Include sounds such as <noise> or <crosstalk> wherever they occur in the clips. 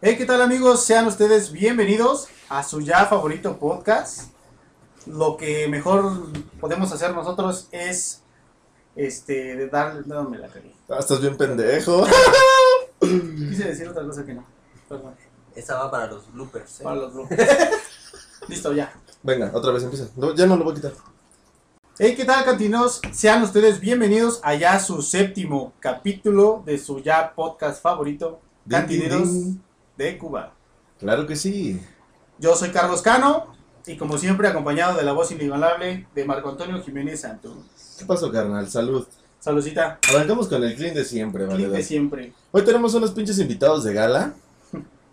Hey, ¿qué tal amigos? Sean ustedes bienvenidos a su ya favorito podcast. Lo que mejor podemos hacer nosotros es este dar no, me la cagué. Ah, estás bien pendejo. <laughs> Quise decir otra cosa que no. Perdón. Esa va para los bloopers. ¿eh? Para los grupos. <laughs> Listo, ya. Venga, otra vez empieza. No, ya no lo voy a quitar. Hey, ¿qué tal, cantinos? Sean ustedes bienvenidos allá a su séptimo capítulo de su ya podcast favorito, Din, din, Cantineros din. de Cuba. Claro que sí. Yo soy Carlos Cano y, como siempre, acompañado de la voz inigualable de Marco Antonio Jiménez Santo. ¿Qué pasó, carnal? Salud. Salucita, Arrancamos con el clean de siempre, clip de ¿vale? siempre. Hoy tenemos unos pinches invitados <laughs> de gala.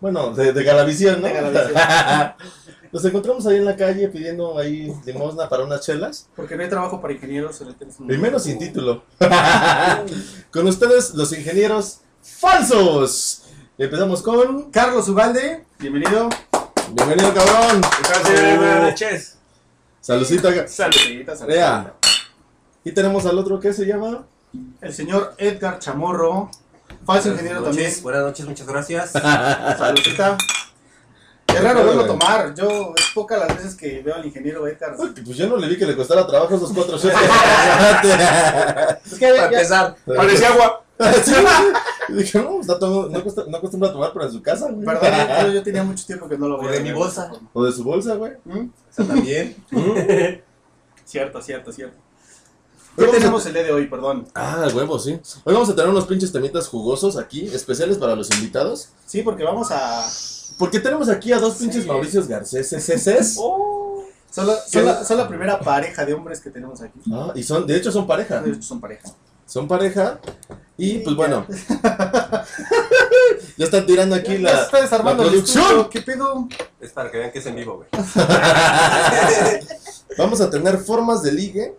Bueno, de, de galavisión, ¿no? De Galavisión. <laughs> Nos encontramos ahí en la calle pidiendo ahí limosna para unas chelas. Porque no hay trabajo para ingenieros en el teléfono. Primero sin título. <laughs> con ustedes, los ingenieros falsos. Empezamos con. Carlos Ubalde, bienvenido. Bienvenido, cabrón. Gracias, buenas noches. Saludcita. Saludita, Vea. Y tenemos al otro que se llama. El señor Edgar Chamorro, falso ingeniero Buenas también. noches, Buenas noches, muchas <laughs> gracias. Saludita. Es raro verlo tomar. Yo es pocas las veces que veo al ingeniero Edgar. Uy, Pues yo no le vi que le costara trabajo esos cuatro shots. que pasaste. Es que para ya- empezar, Parecía agua. <laughs> Sí. Y dije, no, está tomando- no, acosta- no acostumbra a tomar, pero en su casa, güey. Perdón, eh, yo, yo tenía mucho tiempo que no lo O veía. de mi bolsa. <laughs> O de su bolsa, güey. ¿Mm? esa también. Cierto, cierto, cierto. ¿Qué Pero vamos tenemos el día de hoy, perdón? Ah, huevo, sí. Hoy vamos a tener unos pinches temitas jugosos aquí, especiales para los invitados. Sí, porque vamos a. Porque tenemos aquí a dos pinches Mauricios Garcés, CCs. Son la, son la- son la primera pareja de hombres que tenemos aquí. Ah, y son, de hecho, son pareja. De hecho, son pareja. Son pareja. Y pues bueno. <laughs> ya están tirando aquí la, está desarmando la el estudio, producción. ¿Qué pedo? <laughs> Es para que vean que es en vivo, güey. Vamos a tener formas de ligue.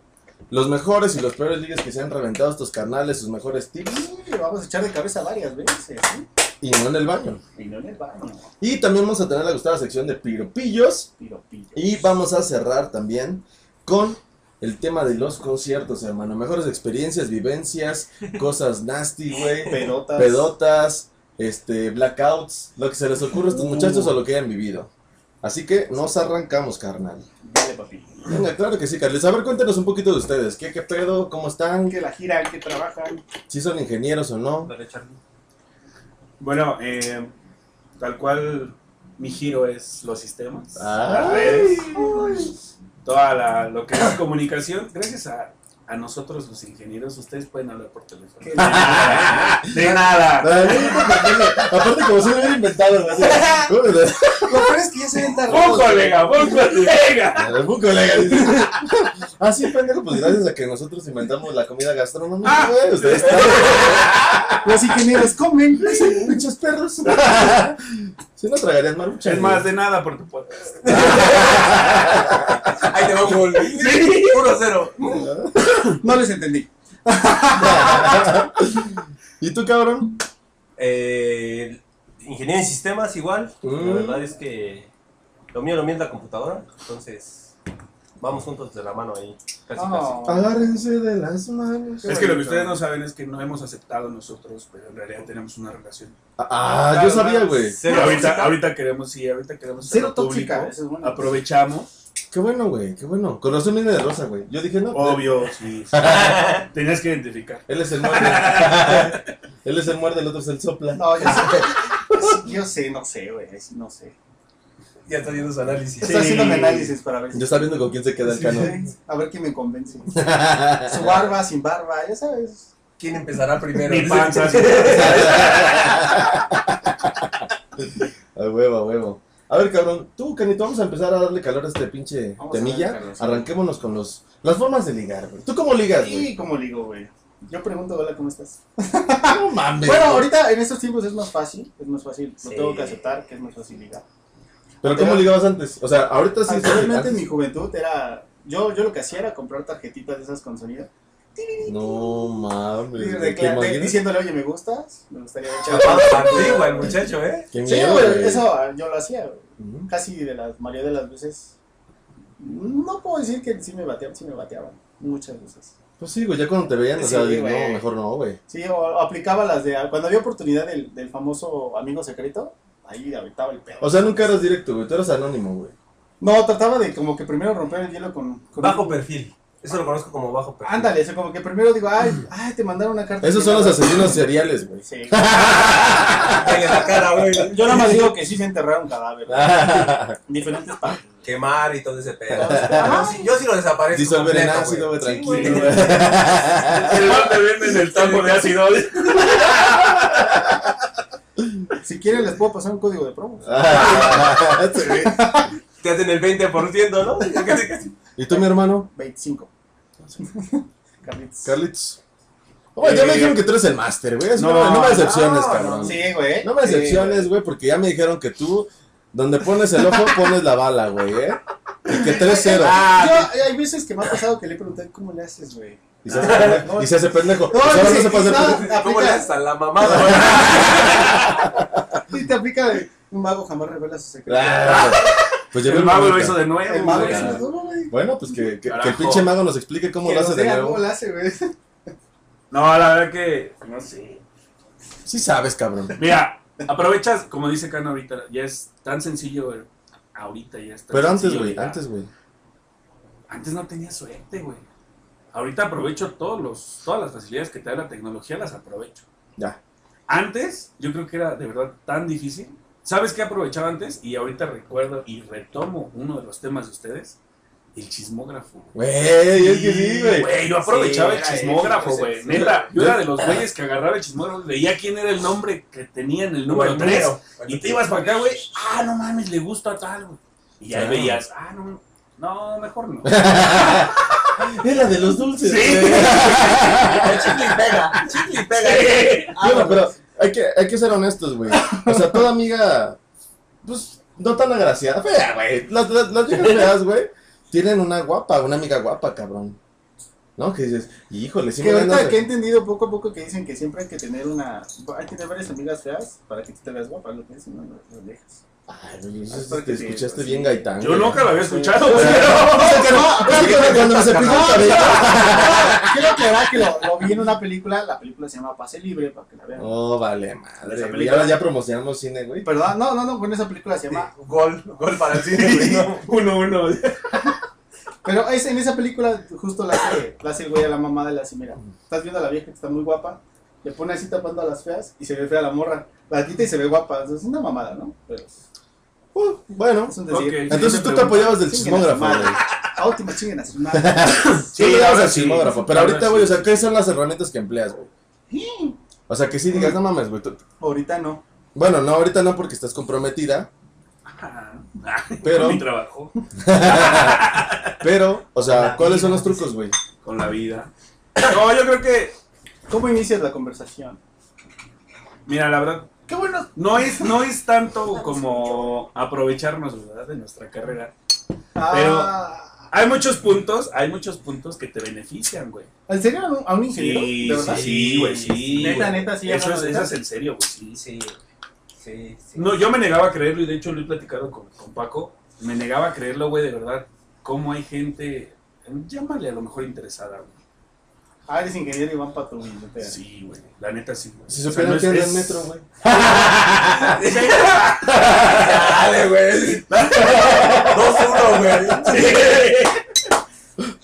Los mejores y los peores ligues que se han reventado estos canales, sus mejores tips. Sí, le vamos a echar de cabeza varias veces. ¿sí? Y no en el baño. Y no les va, no, Y también vamos a tener la gustada sección de piropillos. piropillo. Y vamos a cerrar también con el tema de los conciertos, hermano. Mejores experiencias, vivencias, cosas nasty, güey. Pedotas. Pedotas, este, blackouts, lo que se les ocurre a estos muchachos o lo que hayan vivido. Así que nos arrancamos, carnal. Dale, papi. Venga, claro que sí, Carles. A ver, cuéntenos un poquito de ustedes. ¿Qué, qué pedo? ¿Cómo están? Que la giran, que trabajan. ¿Si son ingenieros o no? Dale, Charlie. <laughs> Bueno, eh, tal cual mi giro es los sistemas, las Ay. redes, toda la, lo que es comunicación. Gracias a, a nosotros los ingenieros, ustedes pueden hablar por teléfono. Que- De nada, de nada. Ay, Aparte, como si lo hubiera inventado, güey. Así, Lo peor es que ya se ven tarde. Un colega, <laughs> un colega. El buco, la dice. Ah, sí, pendejo, pues gracias a que nosotros inventamos la comida gastronómica, Ah. güey, ustedes están Los ingenieros comen. pinches perros. Si no tragarías marucha. Es más, de nada por tu podcast. Ahí te va un gol. Puro cero. No les entendí. ¿Y tú, cabrón? Eh, ingeniero en sistemas, igual. La Mm. verdad es que lo mío, lo mío es la computadora. Entonces, vamos juntos de la mano ahí. Casi, casi. Agárrense de las manos. Es que lo que ustedes no saben es que no hemos aceptado nosotros, pero en realidad tenemos una relación. Ah, yo sabía, güey. Cero ahorita, tóxica. ahorita queremos, sí, ahorita queremos Cero hacerlo público. tóxica, eso es bueno. Aprovechamos, Qué bueno, güey, qué bueno. Con razón viene de rosa, güey. Yo dije, no. Oh. obvio, <laughs> sí. sí. Tenías que identificar. Él es el muerde. Él es el muerde, el otro es el sopla. No, yo sé. Yo sé, no sé, güey. sí, No sé. Ya está haciendo su análisis. Estoy Sí. haciendo un análisis para ver si. Yo está viendo con quién se queda el cano. Sí, A ver quién me <laughs> convence. Su barba, sin barba, ya sabes. ¿Quién empezará primero? <laughs> Mi panza. sí. A huevo, a huevo. A ver, cabrón, tú, Canito, vamos a empezar a darle calor a este pinche Vamos a temilla. darle calor, sí. Arranquémonos con los las formas de ligar, güey. ¿Tú cómo ligas, güey? Y como digo, güey. Yo pregunto, hola, ¿cómo estás? No mames. Bueno, ahorita en estos tiempos es más fácil. Es más fácil. Lo Sí. tengo que aceptar que es más fácil ligar. Pero ¿cómo ligabas antes? O sea, ahorita sí. Anteriormente antes- en Pues, mi juventud era. Yo, yo lo que hacía era comprar tarjetitas de esas con sonido. No mames. Y güey, de- ¿Te de- imaginas? Diciéndole, oye, me gustas. Me <laughs> gustaría ver chavos". Antigua el muchacho, ¿eh? Qué Sí, miedo, güey, güey. eso ah, yo lo hacía, güey. Ujú. casi de las mayoría de las veces. No puedo decir que sí me bateaban, sí me bateaban, muchas veces. Pues sí, güey, ya cuando te veían, o sea, Sí, dije, güey. no, mejor no, güey. Sí, o aplicaba las de cuando había oportunidad del, del famoso amigo secreto. ahí aventaba el pedo. O sea, nunca eras directo, güey. Tú eras anónimo, güey. No, trataba de como que primero romper el hielo con. con- Bajo perfil. Eso lo conozco como bajo perfil. Ándale, o sea, como que primero digo, ay, ay, te mandaron una carta. Esos son los asesinos seriales, güey. <laughs> Sí. En la cara, güey. Yo nada más digo que sí se enterraron cadáveres. Ah. Ah, Diferentes partes. Quemar y todo ese pedo. Yo Ah. sí- Yo sí lo desaparezco. Disolver en completo, ácido, güey, güey. Sí, tranquilo, güey. güey. El man te venden el tambo de ácido. <laughs> Si quieren, les puedo pasar un código de promo. Ah, sí, <laughs> güey. Te hacen el 20%, ¿no? Casi, casi. ¿Y tú, mi hermano? 25. <laughs> Carlitos. Carlitos. Oye, ya me dijeron que tú eres el máster, güey. No, No, no me decepciones, no, cabrón. Sí, güey. No me Sí, decepciones, güey, porque ya me dijeron que tú, donde pones el ojo, pones la bala, güey, ¿eh? Y que Ah. 3-0. Yo, hay veces que me ha pasado que le he preguntado cómo le haces, güey. Y se hace pendejo. Y se hace pendejo. No, Pues ahora sí, no se puede hacer no. pendejo. ¿Cómo Aplica- le haces a la mamada, güey? Y te aplica de un mago jamás revela su secreto. Ah, Pues ya El vi mago lo bonito. hizo de nuevo. el mago güey. es un duro, güey. Bueno, pues que, que- que el Carajo. pinche mago nos explique cómo Que lo no hace de sea, nuevo. ¿Cómo lo hace, güey? No, la verdad que. No sé. Sí sabes, cabrón. Mira, aprovechas, como dice Cano ahorita, ya es tan sencillo, güey. Ahorita ya está. Pero antes, güey, antes, güey. Antes no tenía suerte, güey. Ahorita aprovecho todos los, todas las facilidades que te da la tecnología, las aprovecho. Ya. Antes, yo creo que era de verdad tan difícil. ¿Sabes qué aprovechaba antes? Y ahorita recuerdo y retomo uno de los temas de ustedes, el chismógrafo. güey. Güey, es que sí, güey. Güey, yo aprovechaba Sí, el era chismógrafo, épico, güey. sí. Neta, yo era de los güeyes que agarraba el chismógrafo, veía quién era el nombre que tenía en el número 3. Y te ibas para acá, güey. Ah, no mames, le gusta a tal, güey. Y ahí Ah. veías, ah, no, no, mejor no. Es la de los dulces. Sí. <laughs> güey. Chicle y <laughs> pega. Chicle y pega. Ah, Bueno, pero hay que, hay que ser honestos, güey. O sea, toda amiga, pues, no tan agraciada, Ah, fea, güey. Las, las, las viejas feas, güey, tienen una guapa, una amiga guapa, cabrón. ¿No? Que dices, híjole, sí que me dan ahorita ganas que he de- entendido poco a poco que dicen que siempre hay que tener una. Hay que tener varias amigas feas para que tú te veas guapa. Lo que dicen, no no, no dejas. Ay, güey, eso Hasta te Ah, que sí, escuchaste pues, bien sí. gaitán. <laughs> Yo güey. nunca lo había escuchado, O güey. sea, o sea, que no, es que cuando- cuando se <laughs> pinta el cabello. Quiero aclarar que lo, lo vi en una película. La película se llama Pase Libre para que la vean. Oh, vale, Esa madre. güey. película- Ya, ya promocionamos cine, güey. Perdón, no, no, no. Bueno, esa película se llama. Gol. Gol para el cine, güey. No. Uno, uno. Pero es, en esa película justo la hace, la hace el güey a la mamá de la así, mira, Estás viendo a la vieja que está muy guapa. Le pone así tapando a las feas y se ve fea la morra. La quita y se ve guapa. Es una mamada, ¿no? Pero es Uh, bueno. un Ok. decir. Entonces tú te pregunta. apoyabas del Chinguen a su chismógrafo, madre. güey. A última chinguen a su madre. Sí, le dabas ahora al sí. chismógrafo. Pero Ahora ahorita, sí. güey, o sea, ¿qué son las herramientas que empleas, güey? O sea, que sí digas, no mames, güey. tú- Ahorita no. Bueno, no, ahorita no porque estás comprometida, <laughs> Ah, <laughs> Pero- Con mi trabajo, pero, o sea, ¿cuáles son los trucos, güey? con la vida. No, yo creo que, ¿Cómo inicias la conversación? mira, la verdad, qué bueno. No es, no es tanto como aprovecharnos, ¿verdad? De nuestra carrera. Ah, Hay muchos puntos, hay muchos puntos que te benefician, güey. ¿En serio a un, a un ingeniero? ¿De verdad? sí, güey, sí. Neta, güey. neta, sí, Eso ya es, no, eso neta. es en serio, güey, sí, sí. Sí. Sí, sí. No, yo me negaba a creerlo y de hecho lo he platicado con, con Paco. Me negaba a creerlo, güey, de verdad. Cómo hay gente, llámale a lo mejor interesada, güey. Ah, eres ingeniero y van para tu biblioteca. Sí, güey. La neta sí, güey. Si O sea, supieran no es- que anda en es- metro, <laughs> güey. Dale, <laughs> güey. 2-1, güey. <laughs>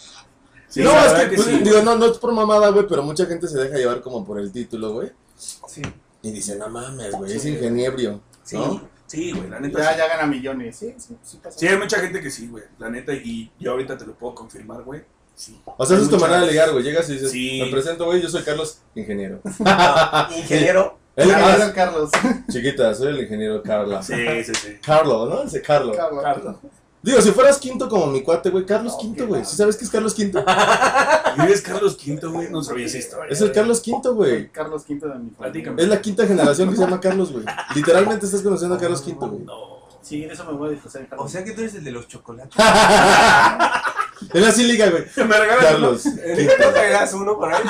Sí, no, la es verdad que, que pues, sí, güey. digo, no, no es por mamada, güey, pero mucha gente se deja llevar como por el título, güey. Sí. Y dice, no mames, güey, es ingeniebrio. Sí, ¿No? sí, güey, la neta. Ya, sí. ya gana millones. Sí, sí, sí pasa. Sí, hay mucha gente que sí, güey. La neta, y yo ahorita te lo puedo confirmar, güey. Sí. O sea, esa es tu Muchas manera de ligar, güey. Llegas y dices, Sí. me presento, güey, yo soy Carlos, ingeniero. Ingeniero. Él, Ah, ah, era Carlos. chiquita, soy el ingeniero Carla. Sí, sí, sí. Carlo, ¿no? Dice Carlo. Carlos. Carlos. Digo, si fueras quinto como mi cuate, güey, Carlos No, Quinto, qué güey. mal. ¿Sí sabes qué es Carlos <laughs> Quinto? Y eres Carlos V, güey. No sabía esa historia. Es el Carlos Quinto, güey. Carlos Quinto de mi Platícame. Es la quinta generación que se llama Carlos, güey. Literalmente estás conociendo a Carlos Quinto, güey. <laughs> No. Sí, de eso me voy a disfrazar. O sea que tú eres el de los chocolates. <laughs> Él así <laughs> liga, güey. Me regalas Carlos. ¿No te das uno por ahí?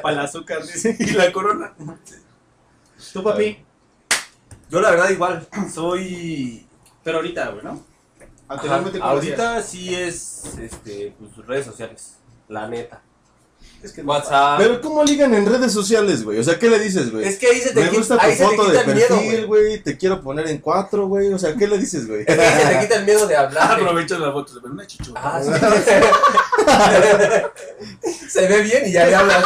para el azúcar, dice. uno. <laughs> Y la corona. Tú, papi. Yo la <clears throat> verdad igual, soy... Pero ahorita, güey, ¿no? Ajá, Ah, Anteriormente, ¿cómo ahorita sí es este, pues, redes sociales, la neta. Es que no pasa. WhatsApp. Pero ¿cómo ligan en redes sociales, güey? O sea, ¿qué le dices, güey? Ah. Es que ahí se te, Me quita- gusta tu ahí se te foto de quita el miedo, güey. perfil, güey. Te quiero poner en cuatro, güey. O sea, ¿qué le dices, güey? Es que ahí se te quita el miedo de hablar. <laughs> güey. Aprovecha las fotos, pero una chichota. Ah, sí. <laughs> se ve bien y ya le hablas.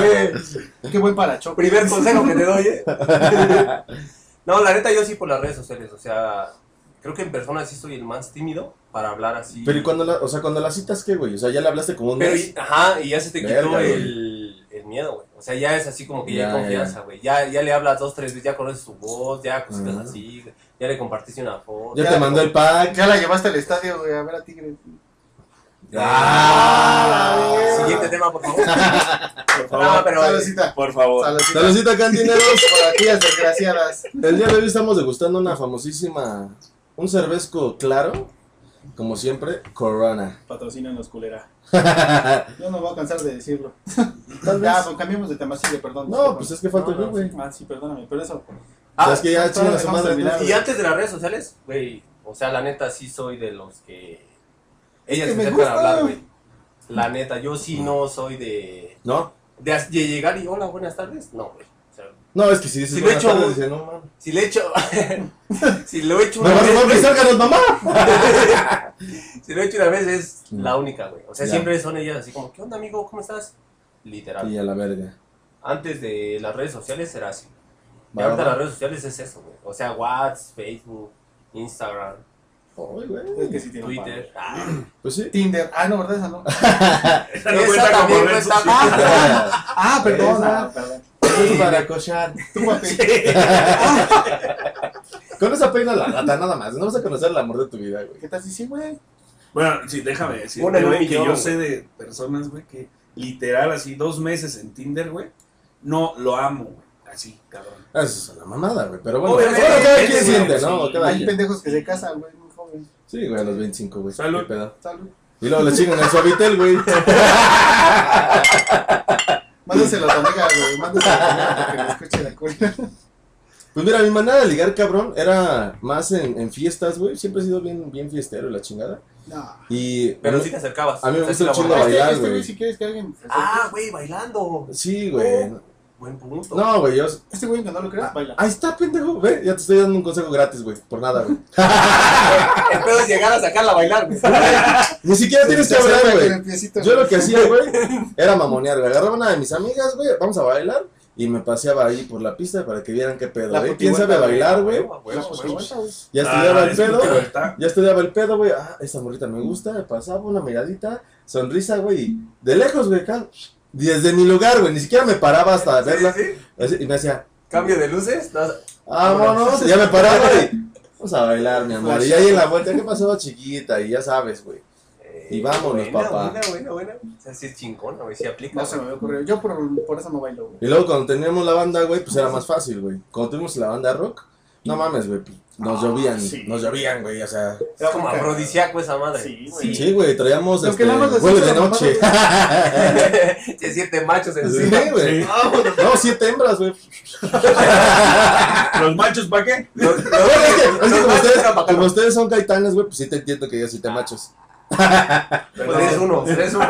Güey, Qué buen parachoque. Primer consejo que te doy, ¿eh? <laughs> No, la neta, yo sí por las redes sociales. O sea, creo que en persona sí soy el más tímido para hablar así. Pero ¿y cuando la, o sea, cuando la citas, qué, güey? O sea, ya le hablaste como un Pero, mes. y- ajá, y ya se te quitó Verga, güey. el, el miedo, güey. O sea, ya es así como que ya, Ya, hay confianza, güey. Ya. Ya, le hablas dos, tres veces, ya conoces su voz, ya cositas Ajá. así, güey. ya le compartiste una foto. Ya te mandó el pack. Ya la llevaste al estadio, güey, a ver a Tigres. Ah, la mierda. Siguiente tema, por favor. Por favor. No, pero- eh, Salucita. Por favor. Salucita. Saludcita, <laughs> cantineros. Por <laughs> aquellas desgraciadas. El día de hoy estamos degustando una famosísima, un cervezco claro, como siempre, Corona. Patrocínanos, <laughs> culera. Tal Yo no me voy a cansar de decirlo. Ya, vez. pues cambiamos de tema, sigue, perdón. No, pues es que falta No, yo, no, güey. Ah, sí, perdóname, pero eso. O sea, Ah, es que ya no, chinga no, su no, madre. no, tú. y antes de las redes sociales, güey, o sea, la neta sí soy de los que... Ellas que se me acercan a gusta. hablar, güey. La neta, yo sí no soy de... No, De, as- de llegar y hola, buenas tardes. No, güey. O sea, no, es que si dices Sí, de buenas hecho, tardes, güey. dice, no, man. si le echo... <laughs> si lo he hecho Me una vas vez, a güey, volver sálganos, mamá. Si lo he hecho una vez es Mm. la única, güey. O sea, Ya. siempre son ellas así como, ¿qué onda, amigo? ¿Cómo estás? Literal. Y a la verga. Antes de las redes sociales era así. Y Va, ahorita va. las redes sociales es eso, güey. O sea, WhatsApp, Facebook, Instagram, Ay, güey. Es que sí tiene un Twitter. Ah, Pues <laughs> sí. padre. Tinder. Ah, no, ¿verdad? Esa no. Esa no Esa cuenta como también red no está social. Ah, Ah, perdón. Esa, ah, es para cochar. Tú, papi. Con esa peina la rata, nada más. No vas a conocer el amor de tu vida, güey. ¿Qué tal si sí, güey? Bueno, sí, déjame decir, Una en un güey, que millón, yo güey. sé de personas, güey, que literal así dos meses en Tinder, güey, no lo amo, güey. Así, cabrón. Ah, Eso es una mamada, güey. Pero bueno, Obviamente, bueno, cada quien sí, siente, ¿no? sí. Cada Hay quien. pendejos que se casan, güey, muy joven. Sí, güey, a los 25, güey. Salud. Qué pedo. Salud. Y luego le chingan el suavitel, güey. Mándaselo a tu amiga, güey. Mándaselo a tu amiga para que lo escuche la cuenta. Pues mira, mi manera de ligar, cabrón, era más en, en fiestas, güey. Siempre he sido bien, bien fiestero y la chingada. No. Y. Pero a sí te mí- acercabas. a mí me O sea, sí gusta un chingo la abordabas. Este, bailar. este güey. güey, si quieres que alguien. Ah, güey, bailando. Sí, güey. Buen punto. <laughs> No, güey, yo. Este güey, que no lo Ah. creas, baila. Ahí está, pendejo, güey. Ya te estoy dando un consejo gratis, güey. Por nada, <laughs> güey. El pedo es llegar a sacarla a bailar, güey. Ni siquiera tienes que Se acerca hablar, con güey. el piecito, Yo güey. lo que <laughs> hacía, güey, era mamonear, güey. Agarraba una de mis amigas, güey, vamos a bailar. Y me paseaba ahí por la pista para que vieran qué pedo, La güey. ¿Quién putivuelta, sabe bailar, güey? Huevo, La huevo, huevo. posibilidad, güey. Ya estudiaba Ah, el pedo. disfruta, ¿verdad? Ya estudiaba el pedo, güey. Ah, esta morrita me gusta. Me pasaba una miradita, sonrisa, güey. y De lejos, güey, acá. Desde mi lugar, güey. Ni siquiera me paraba hasta Sí, verla. sí, sí. Así- Y me hacía, Cambio de luces. no, vámonos. Y ya me paraba, güey. Vamos a bailar, mi amor. Y ahí en la vuelta, ¿qué pasó, chiquita? Y ya sabes, güey. eh, Y vámonos, buena, papá. Buena, buena, buena. O sea, sí es chingona, güey. Sí aplica. No se me güey. había ocurrido. Yo por, por eso no bailo, güey. Y luego cuando teníamos la banda, güey, pues era más fácil, güey. Cuando tuvimos la banda rock, no mames, güey. Nos llovían, Ah, sí. nos llovían, güey, o sea. Es como afrodisíaco esa madre. Sí, güey. Sí, güey, traíamos Lo que este, nada más huele de decimos, noche. <laughs> Se siente machos Sí, encima. güey. No, siete hembras, güey. ¿Los machos para qué? Los- los- Pero, güey, es que- es los que como machos ustedes, eran bacanos. como ustedes son gaitanes, güey, pues sí te entiendo que yo sí te machos. Perdón. Tres <laughs> uno, tres uno.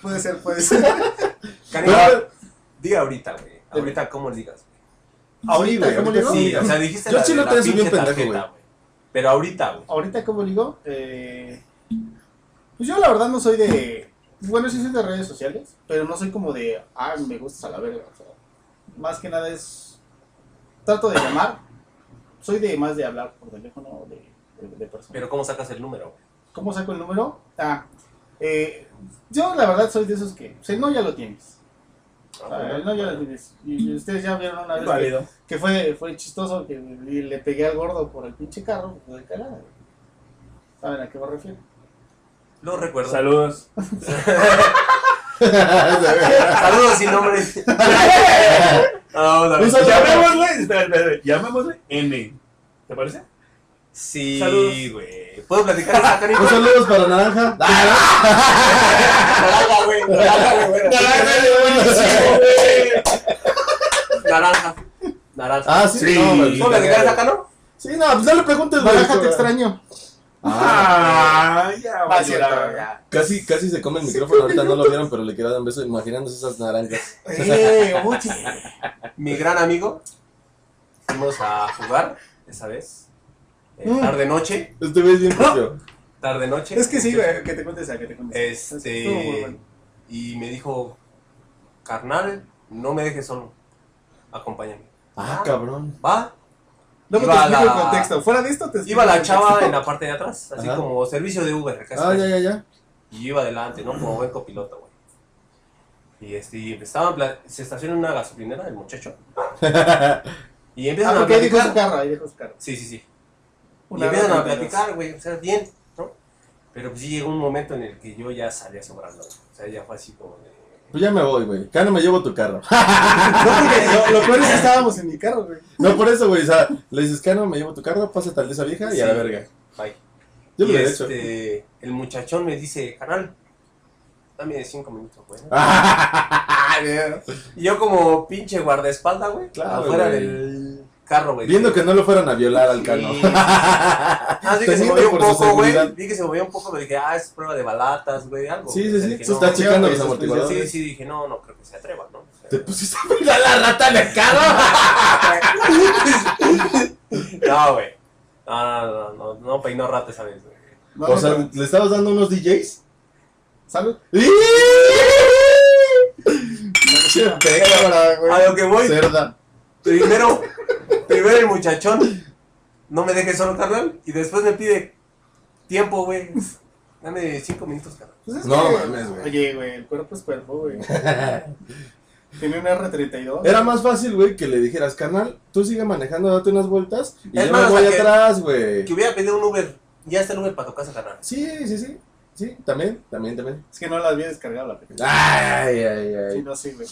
Puede ser, puede ser. Canijo, Pero, diga ahorita, güey. Ahorita, ¿cómo le digas? Ahorita, güey, ¿cómo ahorita ligó? sí. Sí, o sea, dijiste Yo la sí de lo la tengo bien pinche pendejo, tarjeta, güey. Pero ahorita, güey. Ahorita, ¿cómo ligó? Eh, pues yo la verdad no soy de... Bueno, sí soy de redes sociales, pero no soy como de... Ah, me gustas a la verga. o sea, más que nada es... Trato de llamar. Soy de más de hablar por teléfono o de, de, de persona. Pero ¿cómo sacas el número? ¿Cómo saco el número? Ah, eh, yo la verdad soy de esos que... O sea, no, ya lo tienes. O sea, el Ah, no, ya lo tienes. Y y ustedes ya vieron una vez... que- <laughs> Válido. que fue, fue chistoso que le, le pegué al gordo por el pinche carro, pues, de calada. güey. ¿Saben a qué me refiero? Lo recuerdo. Saludos. Ah, Saludos sin nombre. <laughs> Ah, No, no. Un saludo. Llamémosle, Ah, espera, espera, espera, llamémosle N. ¿Te parece? Saludos. Sí, güey. ¿Puedo platicar esa un canijo? saludos para Naranja. Ah, Naranja, güey. Naranja, güey. Naranja. Naranja. Ah, sí, Sí. no, güey. ¿Puedo platicar esa cano? Sí, no, pues no le preguntes, güey. Baraja, te Cobra. extraño. Ah, ya, Ah, sí, valió, la- ya. Casi, casi se come el micrófono, ahorita no lo vieron, pero le quiero dar un beso imaginándose esas naranjas. Eh, oye. Mi gran amigo, fuimos a jugar esa vez. eh, Mm. Tarde-noche. Este güey es bien propio. Tarde-noche. <laughs> Es que sí, güey, que te cuentes a que te cuentes. Estuvo muy Este. bueno. Y me dijo, carnal, no me dejes solo. Acompáñame. Ah, cabrón. Va. Luego te Iba explico la- el contexto. Fuera de esto te explico Iba el la contexto. chava en la parte de atrás, así Ajá. como servicio de Uber. casi, Ah, casi. ya, ya, ya. Y yo iba adelante, ¿no? Como buen copiloto, güey. Y este, y empezaban, pla- se estaciona en una gasolinera <laughs> el muchacho. Y empiezan Ah, a porque ahí dejó su platicar. carro, ahí dejó su carro. Sí, sí, sí. Y Una empiezan a hora platicar, güey, o sea, bien, ¿no? Pero pues sí llegó un momento en el que yo ya salía sobrando, güey. O sea, ya fue así como de... Pues ya me voy, güey. Ya no me llevo tu carro. <laughs> No, <laughs> porque lo, lo peor es que estábamos en mi carro, güey. No por eso, güey. O sea, le dices, Cano, me llevo tu carro, pásate al de esa vieja y a la Sí. verga. Bye. Yo y lo he hecho. <laughs> este, el muchachón me dice, canal, dame cinco minutos, güey. Ah. Y yo como pinche guardaespalda, güey, Claro, afuera güey. del carro, güey. Viendo que no lo fueran a violar al Cano. <laughs> Sí. Ah, sí que se Teniendo movió un por su poco, güey. seguridad. Vi que se movió un poco, pero dije, ah, es prueba de balatas, güey, algo. Sí, güey. sí, O sea, sí. dije, Se no, está güey. checando los eso es Sí, amortiguadores. sí, dije, no, no creo que se atreva, ¿no? O sea, Te pusiste a pegar la rata en el carro. No, güey. No, no, no, no, no peinó rata esa vez, güey. No, O no, sea, pero- ¿le estabas dando unos DJs? salud. ¡Ih! ¡Qué perra, güey! A lo que voy. Cerda. Primero, primero el muchachón, no me dejes solo, carnal. Y después me pide tiempo, güey. Dame cinco minutos, carnal. Pues es No que- mames, güey. Oye, güey, el cuerpo es cuerpo, <laughs> güey. Tiene un R32. Era más fácil, güey, que le dijeras, carnal, tú sigue manejando, date unas vueltas y Es yo más, me voy hasta que- atrás, güey. Que hubiera pedido un Uber. Ya está el Uber para tu casa, carnal. Sí, sí, sí. Sí, también, también, también. Es que no la había descargado la película. Ay, ay, Sí, ay. no, sí, güey.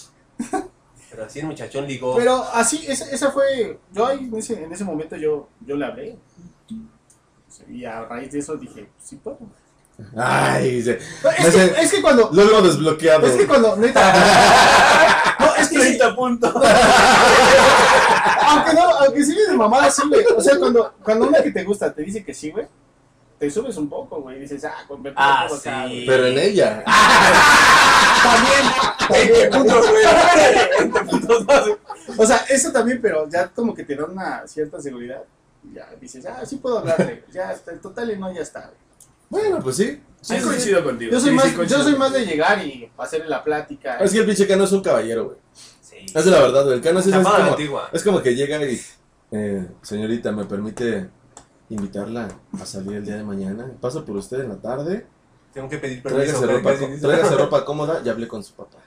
Pero así el muchachón ligó. Pero así, esa, esa fue. Yo ahí en ese, en ese momento yo, yo le hablé. Y a raíz de eso dije, sí puedo. Ay, se- No, es, Ese- que, es que cuando. logro desbloqueado. Es que cuando. Neta. No, es que. sí, puntos. aunque no, aunque sí de mamada, sí, güey. O sea, cuando, cuando una que te gusta te dice que sí, güey, te subes un poco, güey. Y dices, ah, con vete Ah, por acá, sí. <laughs> Pero en ella. güey. También. <laughs> Entonces, O sea, eso también, pero ya como que te da una cierta seguridad. y Ya dices, ah, sí puedo hablarle. Ya, está, en total, y no, ya está, güey. Bueno, pues sí. Sí, Sí, coincido contigo. Yo soy, sí, más, sí, coincido yo soy más de contigo. llegar y hacerle la plática. Es que el pinche Cano es un caballero, güey. sí. Es de la verdad, güey. El Cano sí es, es Chapado a la como, antigua. es como que llega y... eh, señorita, ¿me permite invitarla a salir el día de mañana? Paso por usted en la tarde. Tengo que pedir permiso. Tráigase casi, ropa, casi có- dice. tráigase <laughs> ropa cómoda. Ya hablé con su papá.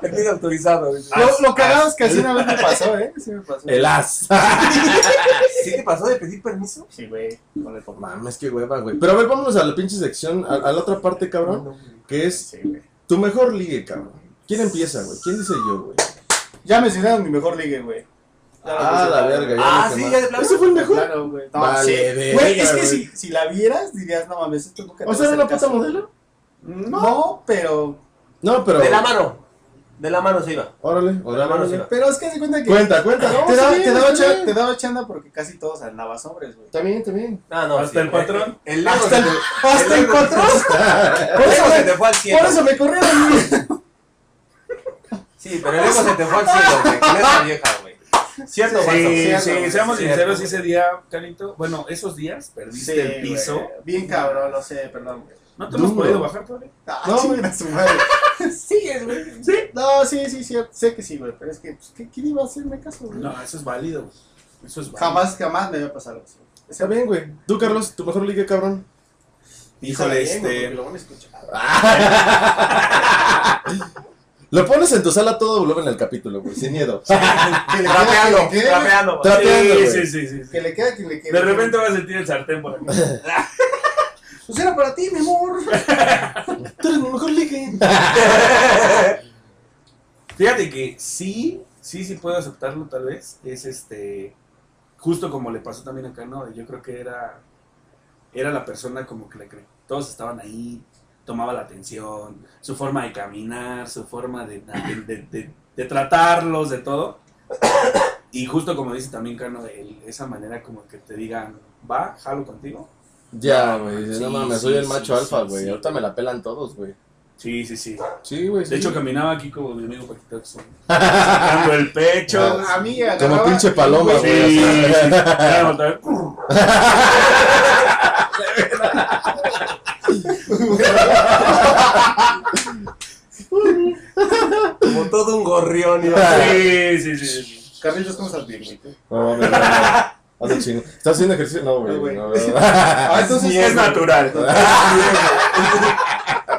Permiso autorizado. Ah, dice. lo lo cagado es que así una vez <laughs> me pasó, ¿eh? Sí me pasó. El as. <laughs> ¿Sí te pasó de pedir permiso? Sí, güey, con el papá. Mames, qué hueva, güey. Pero a ver, vámonos a la pinche sección, a, a la otra parte, cabrón. No, güey. Que es Sí, güey. tu mejor ligue, cabrón. ¿Quién empieza, güey? ¿Quién dice yo, güey? Ya mencionaron mi mejor ligue, güey. Ya lo Ah, la mencionaron. verga. Ah, no sé sí, más. ya de plano. Ese fue el mejor. Claro, güey. No, Vale, sí. verga, Güey, es que güey. si, si la vieras, dirías, no mames, esto nunca te O sea, va a era una hacer puta caso. modelo. No, pero. No, pero. De la mano. De la mano se iba. Órale, De la órale, mano se órale. iba. Pero es que se cuenta que. Cuenta, cuenta. No, Te está daba, bien, te, daba está cha- bien. te daba chanda porque casi todos andabas hombres, güey. También, también. Ah, no, Hasta el patrón. El ego Hasta se el, te- hasta el <laughs> ego- patrón. El ego se te fue al cielo. Por eso me <laughs> corrieron, güey. Sí, pero el ego se te fue al cielo, güey. Con esa vieja, güey. Cierto, Sí, falso. Sí, Cierto, sí, güey, seamos cierto, sinceros, güey. ese día, Canito, bueno, esos días perdiste el güey. piso. Bien cabrón, lo sé, perdón. güey. ¿No te hemos Duro. podido bajar todavía? Ah, No, chinga su <laughs> madre. Sigues, güey. ¿Sí? No, sí, sí, sí, sé que sí, güey. Pero es que, pues, ¿qué- ¿quién iba a hacerme caso, güey? No, eso es válido. Eso es válido. Jamás, jamás me había pasado algo así. Está bien, güey. Tú, Carlos, tu mejor ligue, cabrón. Híjole, Está bien, güey, porque este. Lo van a escuchar. Lo pones en tu sala a todo volumen el capítulo, güey. Sin miedo. <laughs> Que le quede, Trapeando, que le quede, güey. Tra- trapeando. Trapeando, Sí, güey. sí, sí, sí, sí. Que le quede, que le quede. De repente vas a sentir el sartén por acá. Pues era para ti, mi amor. <laughs> Tú eres mi mejor ligue. Fíjate que sí, sí, sí puedo aceptarlo tal vez. Es este, justo como le pasó también acá, ¿no? Yo creo que era, era la persona como que, la que todos estaban ahí, tomaba la atención, su forma de caminar, su forma de, de, de- de- de tratarlos, de todo. Y justo como dice también Cano, el- esa manera como que te digan, va, jalo contigo. Ya, güey. dices, sí, no mames, sí, soy el sí, macho sí, alfa, sí, güey. sí. Ahorita me la pelan todos, güey. Sí, sí, sí. Sí, güey. De sí. <laughs> hecho, caminaba aquí como mi amigo Paquito Jackson, sacando el pecho. Yo, a mí agarraba- Como pinche paloma, Sí, güey. sí, así. sí. Ya, otra vez, ¡curr! Como todo un gorrión. iba. Sí, sí, sí, sí, sí. Carrillos, ¿cómo estás bien, güey? No, mames, no, no. Hazle chingo. ¿Estás haciendo ejercicio? No, No, güey. güey. <laughs> No, no. Ah, entonces, Sí, <laughs> es natural.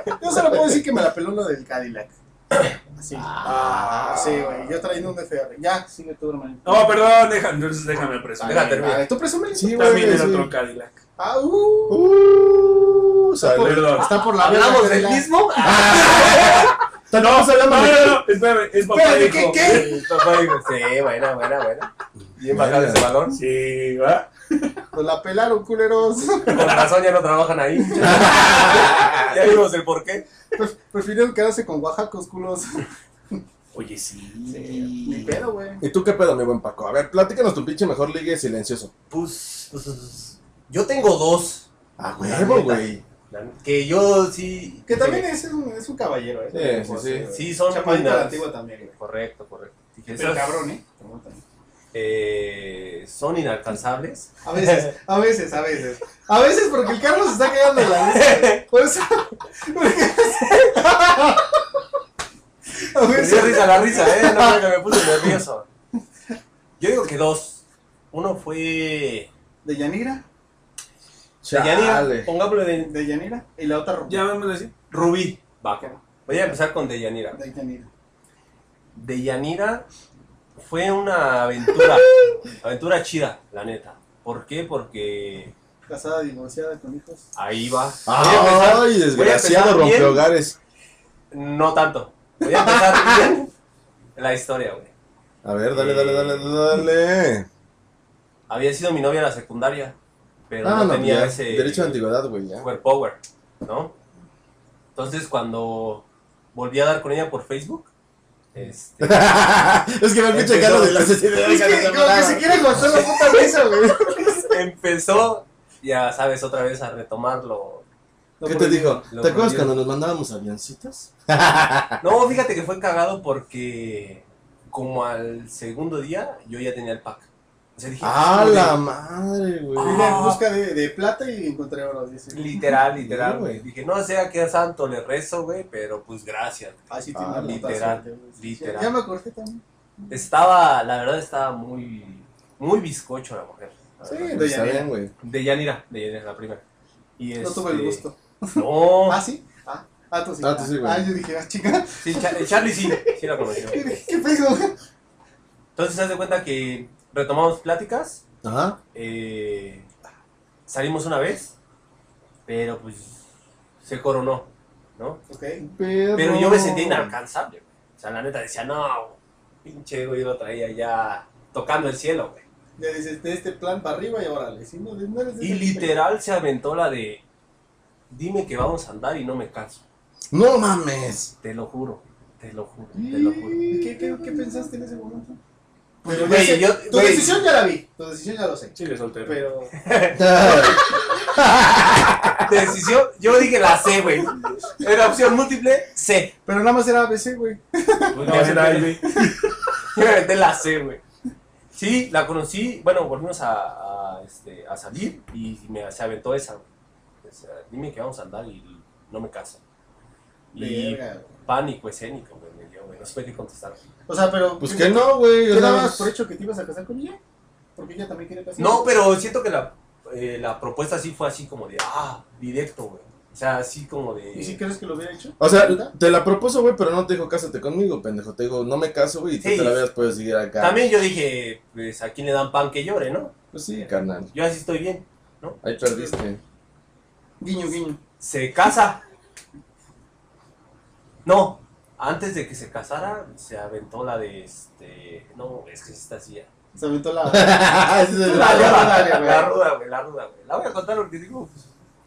yo solo puedo decir que me la peló lo del Cadillac. <coughs> Así. Ah. Ah, sí, güey. Yo trayendo un DFR. Ya, sigue tú, hermanito. No, perdón, deja- entonces déjame presumir. Déjate, A ver, tú presumes. Sí, güey. También era sí. otro Cadillac. Ah, uh. Uh, sale. Perdón. Está por la ¿Hablamos verga, del Cadillac. mismo? Estamos hablando No, de- no, no, espérame, es papá Espérate, y hijo. ¿Qué? Papá dijo, sí, buena, buena, buena. Bien bajado ese balón. Sí, ¿va? Nos Pues la pelaron, culeros. <laughs> Con razón ya no trabajan ahí. <laughs> ya vimos el porqué. Pref- Prefirieron quedarse con Oaxacos, culos. Oye, sí. Ni pedo, güey. ¿Y tú qué pedo, mi buen Paco? A ver, platícanos tu pinche mejor ligue silencioso. Pues, pues, pues, yo tengo dos. A huevo, huevo, güey. Que yo sí. Que también es un, es un caballero, ¿eh? Sí, sí, sí. Sí, son Chapadita buenas. la antigua también, güey. Correcto, correcto. Pero cabrón, ¿eh? Cabrón también. Eh, <laughs> son inalcanzables. A veces, a veces, a veces. A veces porque el Carlos está quedando en la mesa. güey. Por eso. porque- <laughs> A Me dio veces. risa la risa, ¿eh? No, que me puse nervioso. Yo digo que dos. Uno fue. De Yanira, Deyanira. Pongámosle de de Yanira. Y la otra Rubí. Llamémosle así. Rubí. Va. Voy a empezar con Deyanira. De Yanira. Deyanira fue <laughs> una aventura. aventura chida, la neta. ¿Por qué? Porque Casada, divorciada, con hijos. ahí va. Ah, Voy a empezar- Ay, desgraciado, empezar rompe bien. hogares. No tanto. Voy a empezar <laughs> bien la historia, güey. A ver, dale, dale, dale, dale. Había sido mi novia en la secundaria, pero Ah, no, no, tenía ya. ese Derecho de antigüedad, güey, ya. super power, ¿no? Entonces cuando volví a dar con ella por Facebook, este, <laughs> <laughs> es que me pinche Empezó. Carlos de la sociedad. Es que como que se quiere aguantar la puta mesa, güey. empezó, ya sabes, otra vez a retomarlo. ¿Qué te dijo? Lo ¿Te acuerdas prohibido. cuando nos mandábamos avioncitos? No, fíjate que fue cagado porque como al segundo día yo ya tenía el pack. O sea, dije, ¡Ah, "Joder". la madre, güey! Vine en busca de, de plata y encontré oro, dice. Literal, Sí, literal, güey. güey. Dije, no sé a qué santo le rezo, güey, pero pues gracias. Así Ah, tiene literal, literal. Ya me acordé también. Estaba, la verdad, estaba muy, muy bizcocho la mujer. la Sí, verdad. de Está Yanira. bien, güey. De Yanira, de Yanira, la primera. Y No tuve el este, gusto. No, ¿Ah, sí? Ah, ah, tú sí. Ah, tú sí, güey. Ah, <laughs> yo dije, ah, chica. sí, Char- Charlie sí, sí <laughs> la conoció. ¿Qué qué pedo, güey? Entonces, haz de cuenta que retomamos pláticas, Ajá. eh, salimos una vez, pero pues se coronó, ¿no? Ok. Pero yo me sentía inalcanzable, güey. O sea, la neta decía, no, pinche ego, yo lo traía ya tocando el cielo, güey. Ya dices, de este plan para arriba y órale. Si no, no eres de Y ese literal se aventó la de, dime que vamos a andar y no me canso. ¡No mames! Te lo juro, te lo juro, te lo juro. tipo. ¿Qué, qué, ¿Qué pensaste en ese momento? Pero güey, ya sé, yo- tu güey. decisión ya la vi. Tu decisión ya lo sé. Sigue soltero. Pero. Decisión, yo dije la C, güey. Era opción múltiple, C. Pero nada más era ABC, güey. Pues No, me será aventé- ahí, güey. yo me aventé la C, güey. Sí, la conocí, bueno, volvimos a, a, este, a salir y me, se aventó esa, güey. O sea, dime que vamos a andar y no me canso. Y Verga, güey. pánico escénico, güey, me dio, güey. No supe qué contestar. O sea, pero. <laughs> Pues que no, güey. o ¿Te sea, dabas por hecho que te ibas a casar con ella? Porque ella también quiere casarse. No, pero siento que la, eh, la propuesta sí fue así como de, ah, directo, güey. O sea, así como de... ¿Y si crees que lo hubiera hecho? O sea, ¿Neta? te la propuso, güey, pero no te dijo cásate conmigo, pendejo. Te dijo, no me caso, güey, y tú Sí. te la habías podido seguir acá. También yo dije, pues a quién le dan pan que llore, ¿no? Pues sí, carnal. Yo así estoy bien. Ahí perdiste. Guiño, guiño. Se casa. No, antes de que se casara, se aventó la de este. No, es que sí está así ya. Se aventó la. <laughs> Ese es el- La <laughs> ruda, dale, güey, güey. la ruda, güey, la ruda, güey. La voy a contar porque digo, pues,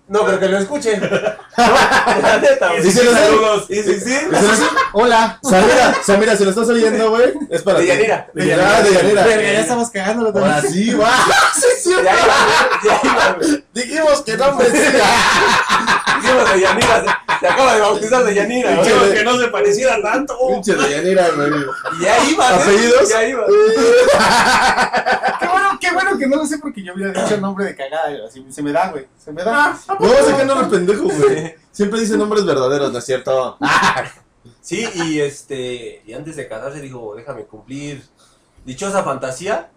No creo que lo escuche. No, <laughs> la neta, güey. Sí, sí, sí. Saludos. Y sí, sí. <laughs> Hola. Samira, Samira, si lo estás oyendo, güey, es para ti. De Yanira. De Yanira, de Yanira. Verga, ya estamos cagándolo Ahora también. sí, va. Sí, sí, Ya va. iba, ya iba, güey. <laughs> Dijimos que no <laughs> merecía. Dijimos de Yanira. se- Se acaba de bautizar de Yanira, güey. Digo que no se pareciera tanto. Pinche de Yanira, güey. Y ya iba, ¿eh? ¿Apellidos? Ya iba. Qué bueno, qué bueno que no lo sé porque yo hubiera dicho el nombre de cagada. güey. Así se me da, güey. Se me da. No, sé que no me pendejo, güey. Siempre dice nombres verdaderos, ¿no es cierto? Sí, y este, y antes de casarse dijo, déjame cumplir dichosa fantasía.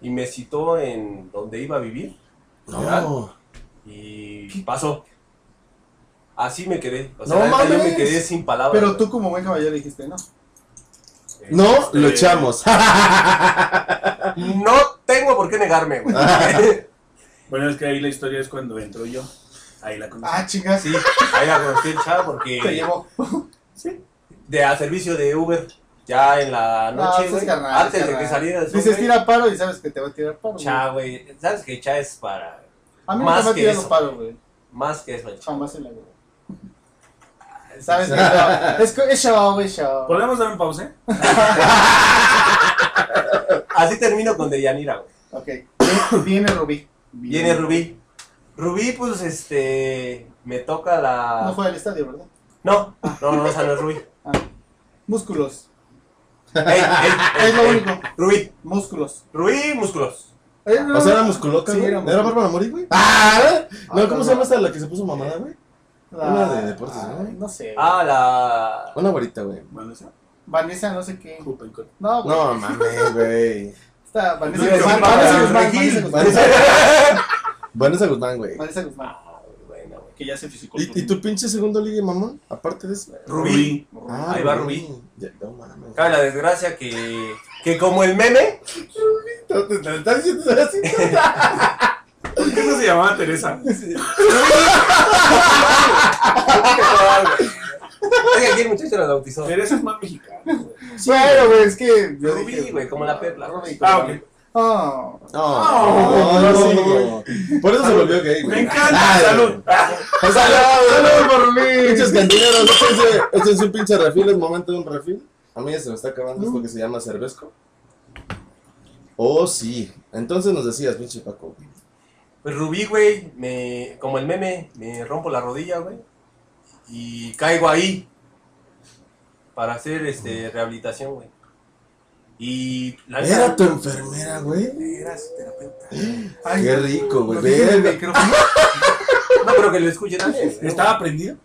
Y me citó en donde iba a vivir. No. Y pasó. Así me quedé. No O sea, la neta, yo mames. me quedé sin palabras. Pero güey. tú como buen caballero dijiste, no. Eh, No, este, lo echamos. No tengo por qué <laughs> negarme, güey. Bueno, es que ahí la historia es cuando entro yo. Ahí la conocí. Ah, chingas. Sí, ahí la conocí el chavo Te porque llevó. de a servicio de Uber ya en la No, noche, ese es güey, carnal, ese antes de que carnal. saliera el Dices, tira paro y sabes que te va a tirar paro. güey. Cha, güey, sabes que cha es para A mí no Más me ha que tirado eso. paro, güey. más que eso el cha. Jamás en la vida. ¿Sabes? que no. Es, co- es show, güey, show. ¿Podemos dar un pause? Así termino con Deyanira, güey. Ok. Viene Rubí. Viene Rubí. Rubí, pues, este, me toca No la... fue al estadio, ¿verdad? No, no, no, esa no es <laughs> Rubí. Músculos. Ey, ey, Es lo ey, único. Rubí, Músculos. Eh, Rubí, músculos. ¿O sea, era musculoca, Sí, güey? era ¿No ¿Era musculoca. Bárbara Mori, güey? Ah, no, ¿cómo no, se llama no. esta la que se puso mamada, güey? Una de deportes, ¿no? Ah, No sé. Ah, la... Una güerita, güey. Bueno, esa. Vanessa, no sé qué. Jupenco. No, güey. No mames, <laughs> güey. <laughs> Está Vanessa Iba a decir Guzmán. Bárbara Vanessa Guzmán. Vanessa Regil. Guzmán. Vanessa <laughs> Vanessa Guzmán, güey. Vanessa Guzmán. Ah, buena, güey. Que ya se fisicó. ¿Y, ¿Y tu pinche segundo ligue, mamón? Aparte de eso. Rubí. Ah, Ahí va güey. Rubí. Ya, no mames. Cabe la desgracia que... Que como el meme... <laughs> ¿Te- te- te estás diciendo así? ¿Por qué no se llamaba Teresa? Oiga, aquí el muchacho la bautizó. Teresa es más mexicana. güey. Bueno, güey, es que. yo Rubí, dije- güey, como la perla. Rubí. Ah, ok. Oh. <laughs> No, <laughs> Oh, no, no, sí, no, güey. Por eso se volvió gay, güey. Me encanta. Ah, Salud. Salud, salud por Pinches cantineros, échense, échense un pinche refil, es momento de un refil. A mí ya se me está acabando Mm. esto que se llama cervezco. Oh, sí. Entonces nos decías, pinche Paco. Pues Rubí, güey, me, como el meme, me rompo la rodilla, güey. Y caigo ahí para hacer este, rehabilitación, güey. Y la Era tu enfermera, güey. Era Ah. su terapeuta. Ay, Qué rico, güey. lo dije en el Verga. micrófono. No creo que lo ¿eh? escuche nadie. güey. ¿Estaba aprendido?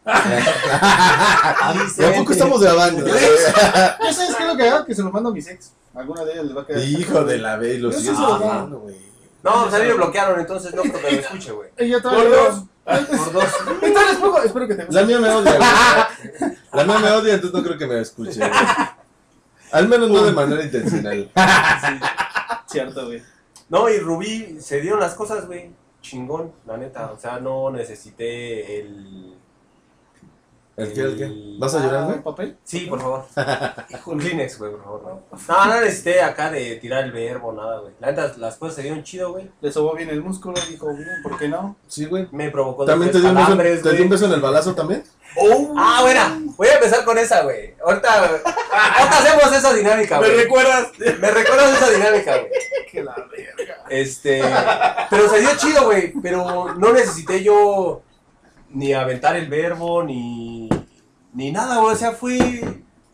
¿Y a poco estamos grabando? <laughs> ¿Ya sabes qué es lo que hago? Que se lo mando a mis ex. Alguna de ellas les va a quedar. Hijo de la B, lo Yo sí sigues se lo doy. grabando, güey. No, pues a mí me bloquearon, entonces no creo que lo escuche, güey. Y yo todavía. Por dos. digo, "Ah, pues, Por dos. <laughs> Entonces les pongo. Espero que te guste. La mía me odia, güey. La mía me odia, entonces no creo que me escuche, güey. Al menos no de <laughs> manera intencional. Cierto, güey. No, y Rubí, se dieron las cosas, güey. Chingón, la neta. O sea, no necesité el... ¿El qué, el qué? ¿Vas a llorar, güey? Ah, ¿Papel? Sí, por <laughs> favor. Un Híjole. Kleenex, güey, por favor. No, no necesité acá de tirar el verbo, nada, güey. La neta, las cosas se dieron chido, güey. Le sobó bien el músculo. Dijo, bien, ¿por qué no? Sí, güey. Me Pues, provocó ¿También te después dio, un beso, calambres, te dio un güey. beso en el balazo también? Ah, buena. Voy a empezar con esa, güey. Ahorita, ah, ahorita hacemos esa dinámica, ¿Me güey. recuerdas? Me recuerdas esa dinámica, güey. Que la verga. Este, pero se dio chido, güey. Pero no necesité yo ni aventar el verbo, ni, ni nada, güey. O sea, fue,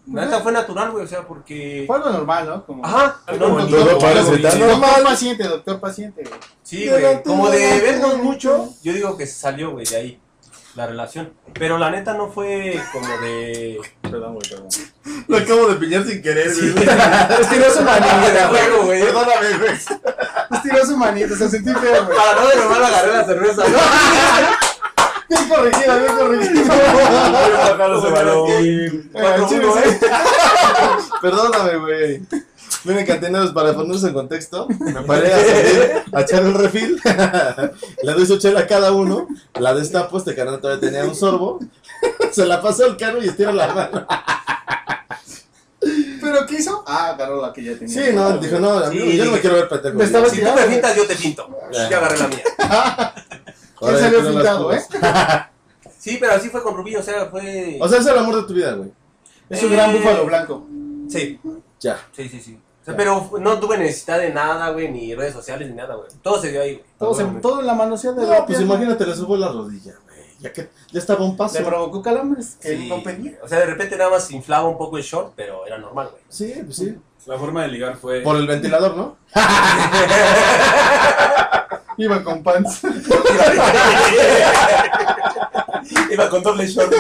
la neta fue natural, güey. O sea, porque, Fue algo normal, ¿no? Como... Ah, ajá, Algo no, normal. ni- Todo parece ni- tan Sí, Doctor paciente, doctor paciente. güey. Sí, güey. Como de vernos mucho, yo digo que salió, güey, de ahí la relación. Pero la neta no fue como de. Perdón, güey, perdón. <laughs> Lo acabo de pillar sin querer, Sí. güey. <laughs> Es que no es una <laughs> <laughs> de niña, juego, güey. Perdóname, güey. Estiró su manita, se sentí feo, güey. <laughs> Para no derramar la agarré la cerveza. Bien corregido, bien corregido. Cuatro, Eh, chile, uno, sí. ¿eh? Perdóname, güey. Miren, cantineros, para ponernos en contexto, me paré a salir a echar el refil. <laughs> Le doy su chela a cada uno. La destapo, este canal todavía tenía un sorbo. <laughs> Se la pasó al carro y estira la mano. ¿Pero qué hizo? Ah, agarró la que ya tenía. Sí, no, dijo, no, amigo, Sí, yo no me dije- quiero ver pendejo. Me estaba- Si tú me pintas, yo te pinto. Yo agarré la mía. ¿Quién Ahora ya salió tiene las pintado, eh? curvas. Sí, pero así fue con Rubí, o sea, fue. O sea, es el amor de tu vida, güey. Es un gran Eh. búfalo blanco. sí, Ya. sí, sí. sí. O sea, pero fu- no tuve necesidad de nada, güey, ni redes sociales, ni nada, güey. Todo se dio ahí, güey. Todo, se- Güey. todo en la manoseada de No, la pues pierna. imagínate, le subo la rodilla, güey. Ya que ya estaba un paso. Le provocó calambres que Sí. no pedía. O sea, de repente nada más inflaba un poco el short, pero era normal, güey. Sí, pues sí. La forma de ligar fue. Por el ventilador, ¿no? Iba con pants. <laughs> Iba con doble short.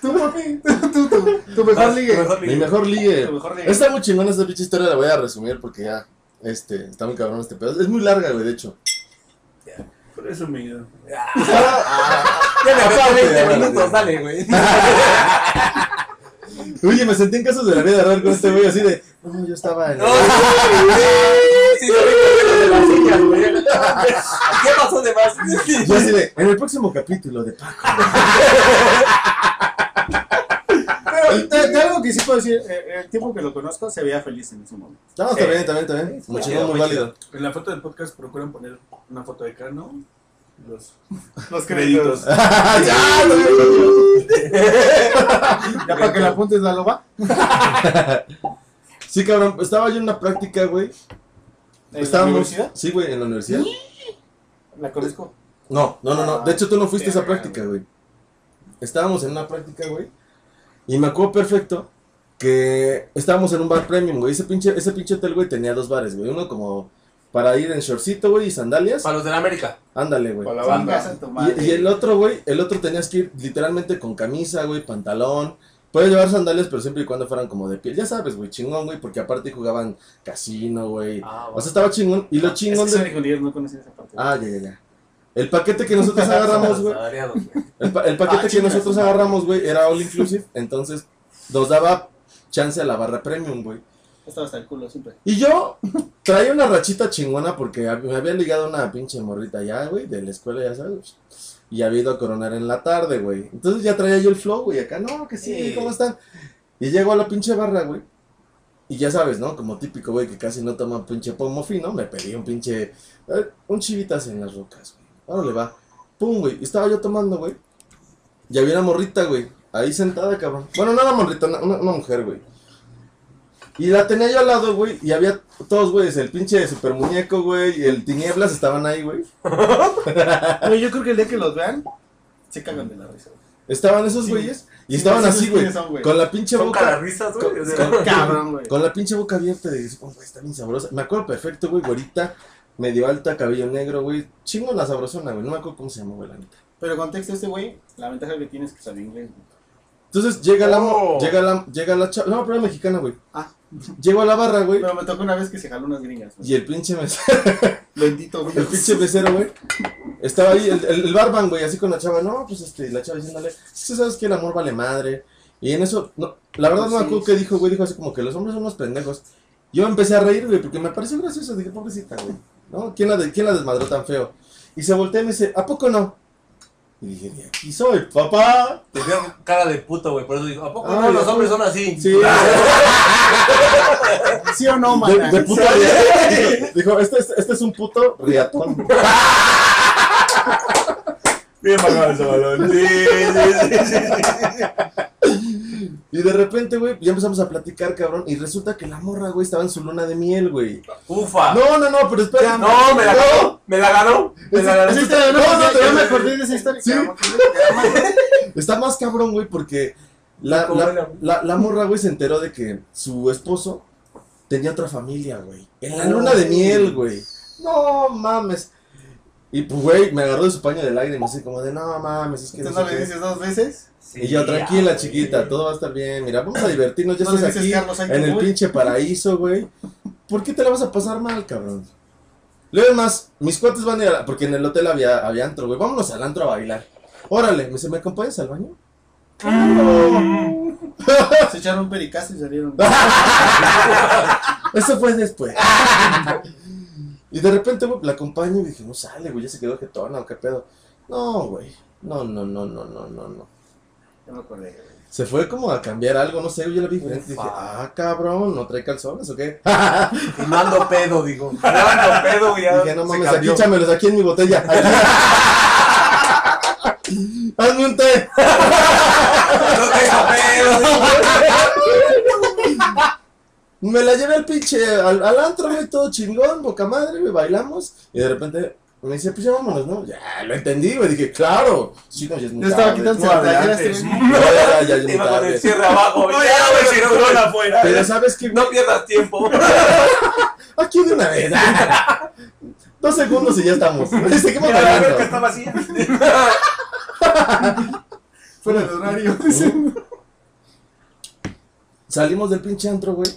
tú, papi. Tú, tú, tú. Tu mejor ligue. Ah, Mejor Mi ligue. mejor ligue. Tu mejor ligue. Está muy chingona esta pinche historia, la voy a resumir porque ya. Este, está muy cabrón este pedo. Es muy larga, güey, de hecho. Por eso me dio. Ya me Aparte, aventé 20 aparte. minutos, dale, güey. Oye, me sentí en casos de la vida real con este güey así de. No, yo estaba en. No, sí, sí, sí, las sillas, güey. ¿Qué pasó de más? Yo así de. En el próximo capítulo de Paco. Pero de, de algo que sí puedo decir, eh, el tiempo que lo conozco se veía feliz en ese momento. No, está bien, está bien, está bien. Muy Muy chido, chingón, muy muy válido. En la foto del podcast procuran poner una foto de Cano. Los Los créditos. <laughs> Ya, no, Ya para que la apuntes la loba. <laughs> Sí, cabrón, estaba yo en una práctica, güey. ¿En Pues Estábamos- la universidad? Sí, güey, en la universidad. La conozco. No, no, no, no. De hecho, tú no fuiste a esa Verga, práctica, güey. Estábamos en una práctica, güey. Y me acuerdo perfecto que estábamos en un bar premium, güey. Ese pinche, ese pinche hotel, güey, tenía dos bares, güey. Uno como para ir en shortcito, güey, y sandalias. Para los de la América. Ándale, güey. la banda. Y, y el otro, güey, el otro tenías que ir literalmente con camisa, güey, pantalón. Puedes llevar sandalias, pero siempre y cuando fueran como de piel. Ya sabes, güey, chingón, güey, porque aparte jugaban casino, güey. Ah, O sea, estaba chingón. Y lo Es chingón que de... son ingenieros, no conocen esa parte. Ah, ya, ya, ya. El paquete que nosotros <laughs> agarramos, güey. El, pa- el paquete Ah, que chingas, nosotros madre. agarramos, güey, era all inclusive. Entonces, nos daba chance a la barra premium, güey. Estaba hasta el culo siempre. Y yo traía una rachita chingona porque hab- me había ligado una pinche morrita ya, güey, de la escuela, ya sabes. Y había ido a coronar en la tarde, güey. Entonces ya traía yo el flow, güey, acá, no, que sí, Eh. ¿cómo están? Y llego a la pinche barra, güey. Y ya sabes, ¿no? Como típico, güey, que casi no toma pinche pomo fino, me pedí un pinche. eh, Un chivitas en las rocas, güey. Ahora le va. Pum, güey. Y estaba yo tomando, güey. Y había una morrita, güey. Ahí sentada, cabrón. Bueno, no era morrita, una, una- una mujer, güey. Y la tenía yo al lado, güey. Y había todos, güey. El pinche super muñeco, güey. Y el tinieblas estaban ahí, güey. Güey, yo creo que el día que los vean, se cagan de la risa. Estaban esos Sí. güeyes. Y Sí, estaban sí, así, sí, güey. sí, son, güey. Con la pinche Son boca. calarrisas, güey. Con, o sea, con- Cabrón, güey. con la pinche boca abierta. De, oh, güey, está bien sabrosa. Me acuerdo perfecto, güey. Güerita. Medio alta, cabello negro, güey. Chingo la sabrosona, güey. No me acuerdo cómo se llama, güey, la neta. Pero contexto este güey, la ventaja que tiene es que sabe inglés. güey. Entonces llega la, mo- Oh. llega la, llega la chava, no, pero era mexicana, güey. Ah. Llego a la barra, güey, Pero me tocó una vez que se jaló unas gringas. güey. y el pinche mesero, Bendito el Dios. pinche mesero, güey, estaba ahí, el, el, el barman, güey, así con la chava, no, pues este, la chava diciéndole, sí sabes que el amor vale madre, y en eso, no, la verdad no me acuerdo qué dijo, güey, dijo así como que los hombres son unos pendejos. Yo empecé a reír, güey, porque me pareció gracioso, dije, pobrecita, güey, ¿no? ¿Quién la, de- ¿Quién la desmadró tan feo? Y se voltea y me dice, ¿a poco no? Y dije, "De aquí soy, papá. Te veo cara de puto, güey. Por eso digo, ¿a poco Ah, no? Los ya, hombres güey. son así. Sí. ¿Sí o no, De, man? de puto dijo, dijo, este, es- este es un puto riatón. Bien pagado ese balón. Sí, sí, sí, sí. Y de repente, güey, ya empezamos a platicar, cabrón. Y resulta que la morra, güey, estaba en su luna de miel, güey. Ufa. No, No, no, no, pero espera. Ah. me la ganó. Me la ganó. Me la ganó. Es- es- No, no, no, no, te- yo me acordé de esa historia. Sí. cabrón, que- Está más cabrón, güey, porque la, ¿Cómo la, era? la- la morra, güey, se enteró de que su esposo tenía otra familia, güey. En la Oh. luna de miel, güey. No mames. Y pues, güey, me agarró de su paño de lágrimas, así como de, no mames, es que Tú no no sé le qué". dices dos veces. Sí, Y yo, tranquila, ya, chiquita, güey. todo va a estar bien. Mira, vamos <laughs> a divertirnos. Ya No estás le dices, aquí Carlos, ahí te en el voy. pinche paraíso, güey. ¿Por qué te la vas a pasar mal, cabrón? Luego más, mis cuates van a ir a la- Porque en el hotel había, había antro, güey. Vámonos al antro a bailar. Órale, me dice, ¿me acompañas al baño? Se echaron un pericazo y salieron. Ah. <laughs> Eso fue después. y de repente, güey, la acompaño y dije, no sale, güey, ya se quedó jetona o qué pedo. No, güey. No, no, no, no, no, no, no. Ya me acordé. Se fue como a cambiar algo, no sé, yo la vi diferente. Dije, Ufa. ah, cabrón, ¿no trae calzones o qué? Y no ando pedo, <laughs> digo. No, no, pedo, güey. ya Dije, no se mames, aquí cambió. <laughs> échamelos aquí en mi botella. aquí. Hazme un té. No tengo pedo, <laughs> digo. <laughs> Me la llevé al pinche, al, al antro, güey, todo chingón, boca madre, güey, bailamos. Y de repente me dice, pues ya vámonos, ¿no? Ya, lo entendí, güey. Dije, claro. Sí, no, ya es muy Yo estaba tarde. quitándose No, la playera. adelante. este- No, ya, ya, ya es <laughs> muy Iba con tarde. el cierre abajo, güey. No, ya, güey, güey, si no, si no, güey. afuera. Pero sabes que, No pierdas <laughs> tiempo. aquí de una vez. <laughs> Dos segundos y ya estamos. Seguimos Mira, la verga bailando. está <laughs> vacía. Fuera de horario. Salimos del pinche antro, güey.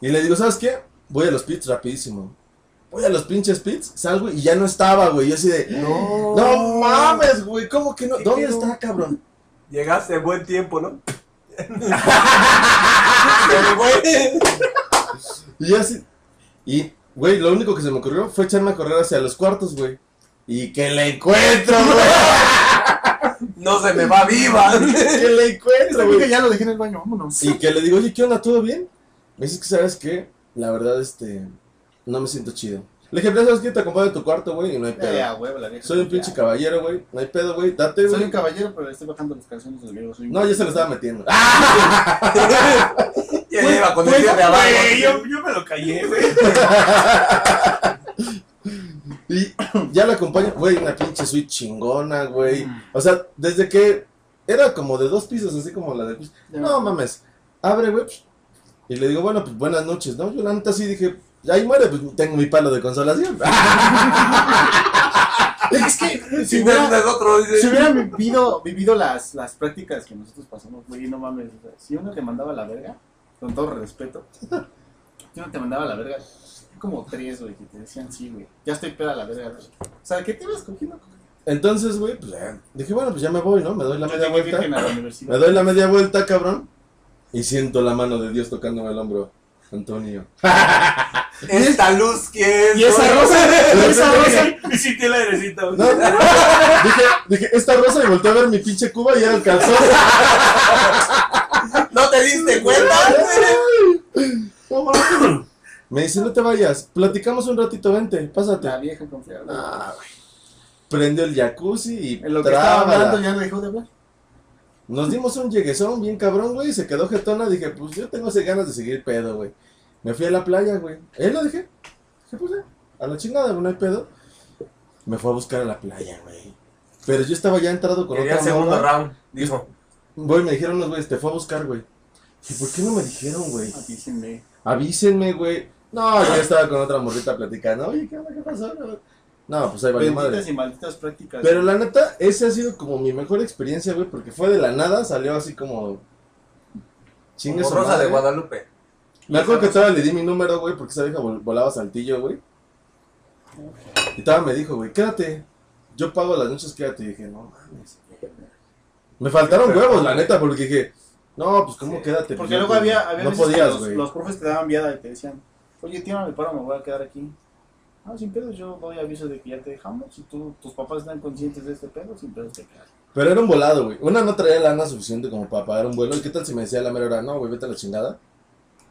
Y le digo, ¿sabes qué? Voy a los pits rapidísimo. Voy a los pinches pits, salgo y ya no estaba, güey. Yo así de, No. Oh. no mames, güey, ¿cómo que no? ¿Qué ¿Dónde pedo? está, cabrón? Llegaste en buen tiempo, <laughs> ¿no? Y yo así, y, güey, lo único que se me ocurrió fue echarme a correr hacia los cuartos, güey. Y que le encuentro, güey. <laughs> No se me va viva. <laughs> Que le encuentro, Creo que güey. ya lo dejé en el baño, vámonos. Y que le digo, oye, ¿qué onda? ¿Todo bien? Me dices que, ¿sabes qué? La verdad, este, no me siento chido. Le dije, pero ¿sabes qué? Te acompaño a tu cuarto, güey, y no hay Ya, pedo. ya, huevo, la vieja. Soy un Ya. pinche caballero, güey. No hay pedo, güey. Date, Soy güey. un caballero, pero le estoy bajando las canciones del viejo. soy un- No, yo se lo estaba metiendo. ¡Ah! Ya lleva con el cierre abajo. Güey, yo, yo me lo <laughs> callé, güey. Y <clears throat> ya la acompaño, güey, una pinche suite chingona, güey. Mm. O sea, desde que era como de dos pisos, así como la de. pues, Ya. No <laughs> mames, abre, güey. pues, Y le digo, bueno, pues buenas noches, ¿no? Yo la neta sí dije, ahí muere, pues tengo mi palo de consolación. <laughs> Es <laughs> que si Si no hubiera, es del otro, dice. si <laughs> hubiera vivido, vivido las, las prácticas que nosotros pasamos, güey, no mames. o sea, si uno te mandaba a la verga, con todo respeto, <laughs> si uno te mandaba a la verga, como tres, güey, que te decían, sí, güey, ya estoy peda a la verga. güey. O sea, ¿qué te vas cogiendo? Entonces, güey, pues eh, dije, bueno, pues ya me voy, ¿no? Me doy la Yo media llegué vuelta. virgen a la <laughs> Me universidad. doy la media vuelta, cabrón. Y siento la mano de Dios tocándome el hombro. Antonio. Esta luz que es. Y esa <laughs> rosa, y esa rosa. Y sentí la airecita, güey. No, dije, dije, esta rosa y volteé a ver mi pinche cuba y era <laughs> el calzón. ¿No te diste cuenta? No mames. Me dice, no te vayas, platicamos un ratito, vente, La pásate. vieja confiable. Ah, güey. Prendió el jacuzzi y En lo que estaba trábala. hablando ya dejó de hablar. Nos dimos un lleguezón bien cabrón, güey, y se quedó jetona. Dije, pues yo tengo esas ganas de seguir pedo, güey. Me fui a la playa, güey. Él lo dejé. Dije, pues ya, a la chingada, güey, no hay pedo. Me fue a buscar a la playa, güey. Pero yo estaba ya entrado con Quería el otra segundo morra. round. Dijo. Güey, me dijeron los güeyes, te fue a buscar, güey. Dije, ¿por qué no me dijeron, güey? Avísenme. Avísenme, güey. No, yo estaba con otra morrita platicando. Oye, ¿qué, onda? ¿Qué pasó? No, pues ahí valió madre. Benditas y malditas prácticas. Pero la neta, esa ha sido como mi mejor experiencia, güey, porque fue de la nada, salió así como. Chingue Como su Rosa madre. de Guadalupe. Me acuerdo que estaba le di mi número, güey, porque esa vieja vol- volaba saltillo, güey. Y estaba me dijo, güey, quédate. Yo pago las noches, quédate. Y dije, no mames. Me faltaron huevos, la neta, porque dije, no, pues cómo Sí. quédate. Porque Pues, luego no, había, había No veces que podías, los, güey. los profes te daban viada y te decían, oye, tírame el paro, me voy a quedar aquí. Ah, sin pedos, yo doy aviso de que ya te dejamos. Si tú, tus papás están conscientes de este pedo, sin pedos te quedas. Pero era un volado, güey. Una no traía lana suficiente como para pagar un vuelo. ¿Y qué tal si me decía a la mera hora, no, güey, vete a la chingada? <laughs>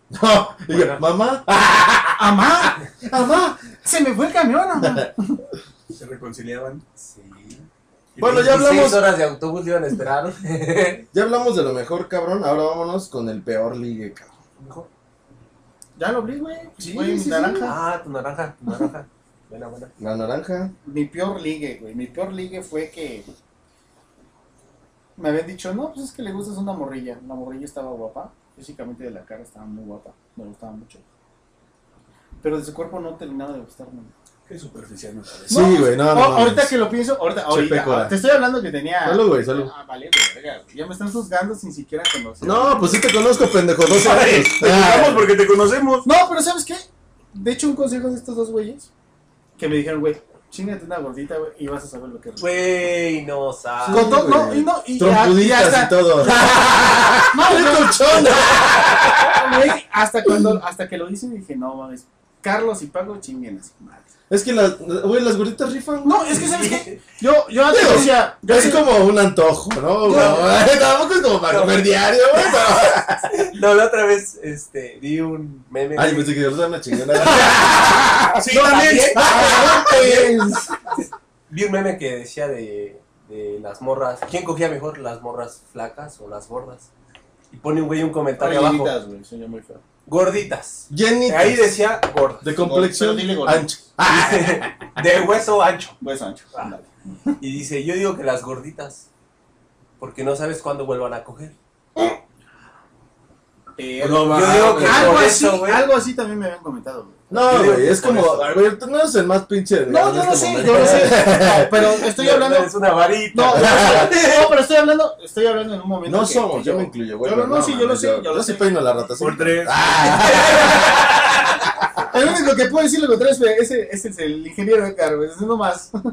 No, y yo, <laughs> Bueno. mamá, <laughs> ¡Amá! ¡Amá! ¡Se me fue el camión, amá! Se reconciliaban. Sí. Bueno, ya hablamos. 16 horas de autobús le iban a esperar. ya hablamos de lo mejor, cabrón. Ahora vámonos con el peor ligue, cabrón. Ya lo abrí, güey. Sí, Güey, sí, sí. naranja. Ah, tu naranja, tu naranja. Buena, buena. La naranja. Mi peor ligue, güey. Mi peor ligue fue que me habían dicho, no, pues es que le gustas una morrilla. La morrilla estaba guapa. Físicamente de la cara estaba muy guapa. Me gustaba mucho. Pero de su cuerpo no terminaba de gustarme. Qué superficial me parece. Sí, güey, no, no. Oh, mames. ahorita que lo pienso, ahorita, ahorita, pécora. te estoy hablando que tenía. Salud, güey, salud. Ah, vale, güey, verga, güey. Ya me están juzgando sin siquiera conocer. No, pues sí te conozco, pendejo. Pues, 12 Ay, años. pues, te juzgamos porque te conocemos. No, pero ¿sabes qué? De hecho, un consejo de estos dos güeyes que me dijeron, güey, chingate una gordita, güey, y vas a saber lo que es. Güey, no sabes. Con todo, no, güey. y no, y ya, y Trompuditas hasta, y <laughs> todo. <laughs> no, güey, Colchón. güey, hasta cuando, hasta que lo hice dije, no mames, Carlos y Paco chinguen a su madre. Es que las, güey, las gorditas rifan. No, es que sabes qué? Yo, yo antes Digo, decía, yo Es sí- como un antojo, ¿no? güey? <laughs> Tampoco es como para <laughs> comer diario, güey. pero- <laughs> No, la otra vez este, vi un meme. Ay, pues, güey. pensé que yo era una <laughs> chingada. Sí, también. Ah, güey. Vi un meme que decía de, de las morras. ¿Quién cogía mejor, las morras flacas o las gordas? Y pone un güey un comentario abajo. Gorditas, güey, soñé muy feo. Gorditas. <laughs> Jenny. Ahí decía <laughs> gordas. De complexión Pero dile gordo. ancha. <laughs> De hueso ancho. Pues ancho. Ah. ándale. Y dice, yo digo que las gorditas. Porque no sabes cuándo vuelvan a coger. No, Yo digo que Eh, Algo por así, eso, güey. algo así también me habían comentado, güey. No, Yo digo güey, que es por como, eso. ay, güey, tú no eres el más pinche. delgado No, yo en no este sé, momento. yo no <laughs> sé. No, pero estoy hablando. Es una varita. No, no, no, pero estoy hablando, estoy hablando en un momento. No que- somos, que yo me incluyo, güey. Yo lo- pero no, sí, yo lo mames, sé, yo Yo, lo sí sé. peino la rata. sí. Ah, Por tres. El único que puedo decir lo contrario es que ese, ese es el ingeniero de carro, es uno más. Yo,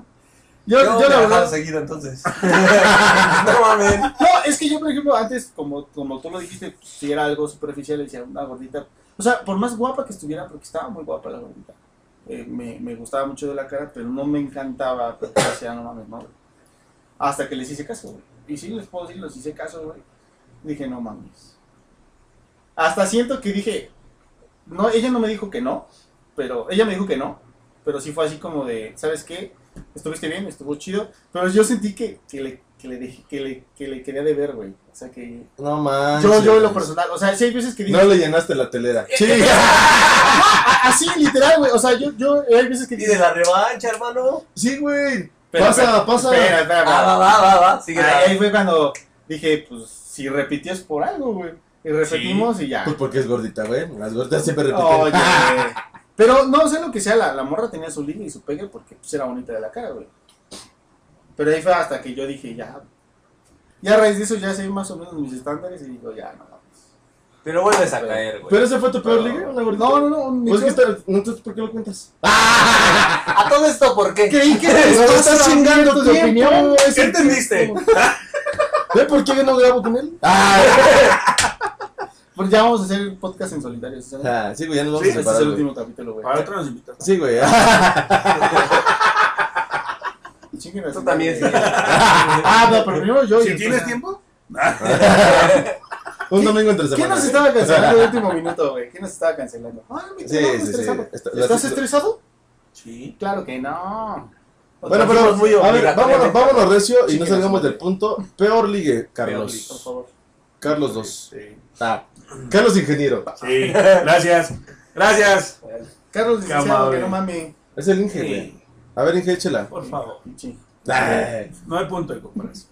Yo, yo la verdad. verdad. seguido entonces. <laughs> no mames. No, es que yo, por ejemplo, antes, como, como tú lo dijiste, si era algo superficial, decía una gordita. O sea, por más guapa que estuviera, porque estaba muy guapa la gordita. eh, me, me gustaba mucho de la cara, pero no me encantaba. Pero decía, "Ah, no mames, no. güey". Hasta que les hice caso, güey. Y sí, les puedo decir, les hice caso, güey. Dije, no mames. Hasta siento que dije, no, ella no me dijo que no, pero ella me dijo que no, pero sí fue así como de, ¿sabes qué? Estuviste bien, estuvo chido, pero yo sentí que, que le, que, le dejé- que, le, que le quería de ver, güey. O sea que... No manches. Yo, yo en lo personal, o sea, sí hay veces que digo, No le llenaste <laughs> la telera. Chica. "Ah, así, literal, güey, o sea, yo, yo, hay veces que digo, Pide la revancha, hermano. Sí, güey. Pero, Pasa, pero, pasa. espera, espera, Ah, va, va, va, va. Sigue espera. la- Ahí, ahí fue cuando dije, pues, si repitió es por algo, güey. Y repetimos y ya. Pues porque es gordita, güey. Las gorditas siempre repiten. Oye. Pero no sé lo que sea, la, la morra tenía su liga y su pegue porque pues, era bonita de la cara, güey. Pero ahí fue hasta que yo dije, ya. Y a raíz de eso ya sé más o menos mis estándares y digo, ya, no. mames. Pero vuelves a caer, <laughs> güey. Pero ese fue tu peor liga, una gordita. No, no, no. ni Pues es que yo- está- no, entonces, ¿por qué lo cuentas? Pues, ¿A todo esto por qué? Creí que estás, chingando tu opinión. ¿Qué entendiste? ¿Ve por qué yo no grabo con él? Ah. Porque Pues ya vamos a hacer podcast en solitario. ¿sabes? Ah, <laughs> sí, güey, ya nos vamos Sí, este a es separar. el güey. último capítulo, güey. Para otro nos invitamos. Sí, güey. Chinguen a Tú su <laughs> también, sí. madre. Ah, no, pero primero yo. y Si después- tienes tiempo, Un domingo entre ¿Quién semana. nos güey. estaba cancelando el último minuto, güey? ¿Quién nos estaba cancelando? Ah, mi Sí, trabajo sí, sí. estresado. Está- la- ¿Estás estresado? sí. Claro que no. Bueno, Nos fuimos pero muy a ver, vámonos, obligatoriamente. vámonos recio y Sí, no que nos salgamos vale. del punto. Peor ligue, Peor ligue, Por Carlos. favor. Carlos 2. Sí. Ah. Carlos Ingeniero. Sí. Gracias. Gracias. Carlos, licenciado, Amable. que no mame. Es el Inge, güey. Sí. A ver, Inge, échela. Por favor. Sí. Ay. No hay punto de comparación.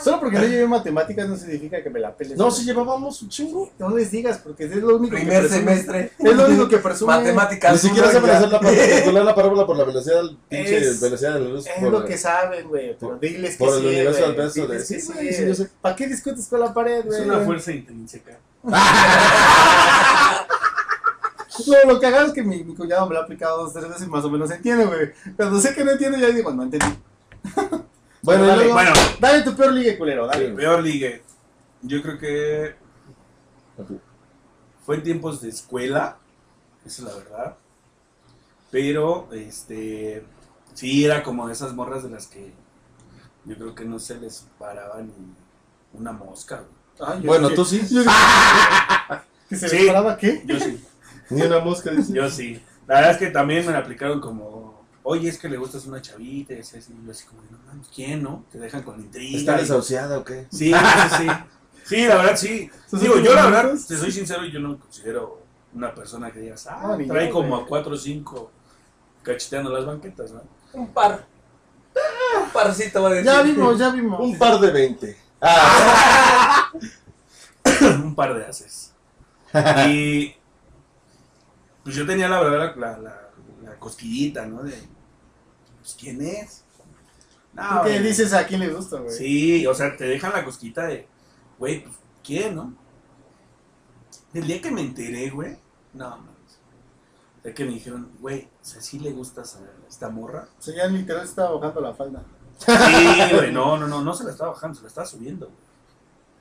Solo porque no llevé matemáticas no significa que me la peles. No, si llevábamos un chingo. No les digas, porque es lo único que Primer presume. semestre. Es lo único que presume. Matemáticas. Ni siquiera uno, saben ya. hacer <laughs> la parábola, calcular la parábola por la velocidad, del pinche Es- velocidad de la luz. Es por- lo que saben, güey. Pero diles que por el sí, universo güey, al verso diles de- que Sí, güey, sí, yo sé. ¿Para qué discutes con la pared, Es güey? una fuerza intrínseca. No, lo que hagas es que mi, mi cuñado me lo ha aplicado dos, tres veces y más o menos entiende, güey. Cuando sé que no entiendo, ya digo, no entendí. Bueno, y Dale, luego- Bueno, Dale tu peor ligue, culero, dale. peor ligue. Yo creo que fue en tiempos de escuela, esa es la verdad. Pero, este, sí, era como de esas morras de las que yo creo que no se les paraba ni una mosca. güey. Ay, yo Bueno, dije- tú sí. Ah. ¿Que se Sí. me paraba qué? Yo sí, Ni una mosca, dice. yo sí. La verdad es que también me la aplicaron como, oye, es que le gustas a una chavita, y así, así, y yo así como, no mames, ¿quién, no? Te dejan con intriga. ¿Está <laughs> y- desahuciada o qué? Sí, sí, sí. Sí, la verdad, sí. Sus Digo, yo la últimos verdad, minutos. te soy sincero, yo no me considero una persona que digas, ah, No, ni trae yo, como güey. a cuatro o cinco cacheteando las <laughs> banquetas, ¿no? Un par. Un parcito va a decir. Ya vimos, ya vimos. Un par de 20. Ah, Un par de haces. Y pues yo tenía la verdad la, la- la cosquillita, ¿no? De, pues, ¿quién es? No, ¿Qué güey. dices a quién le gusta, güey? Sí, o sea, te dejan la cosquita de, güey, pues, ¿quién, no? El día que me enteré, güey, no, mames. El día que me dijeron, güey, o sea, sí le gustas a esta morra. O sea, ya literal se estaba bajando la falda. Sí, güey, no, no, no, no se la está bajando, se la está subiendo, güey.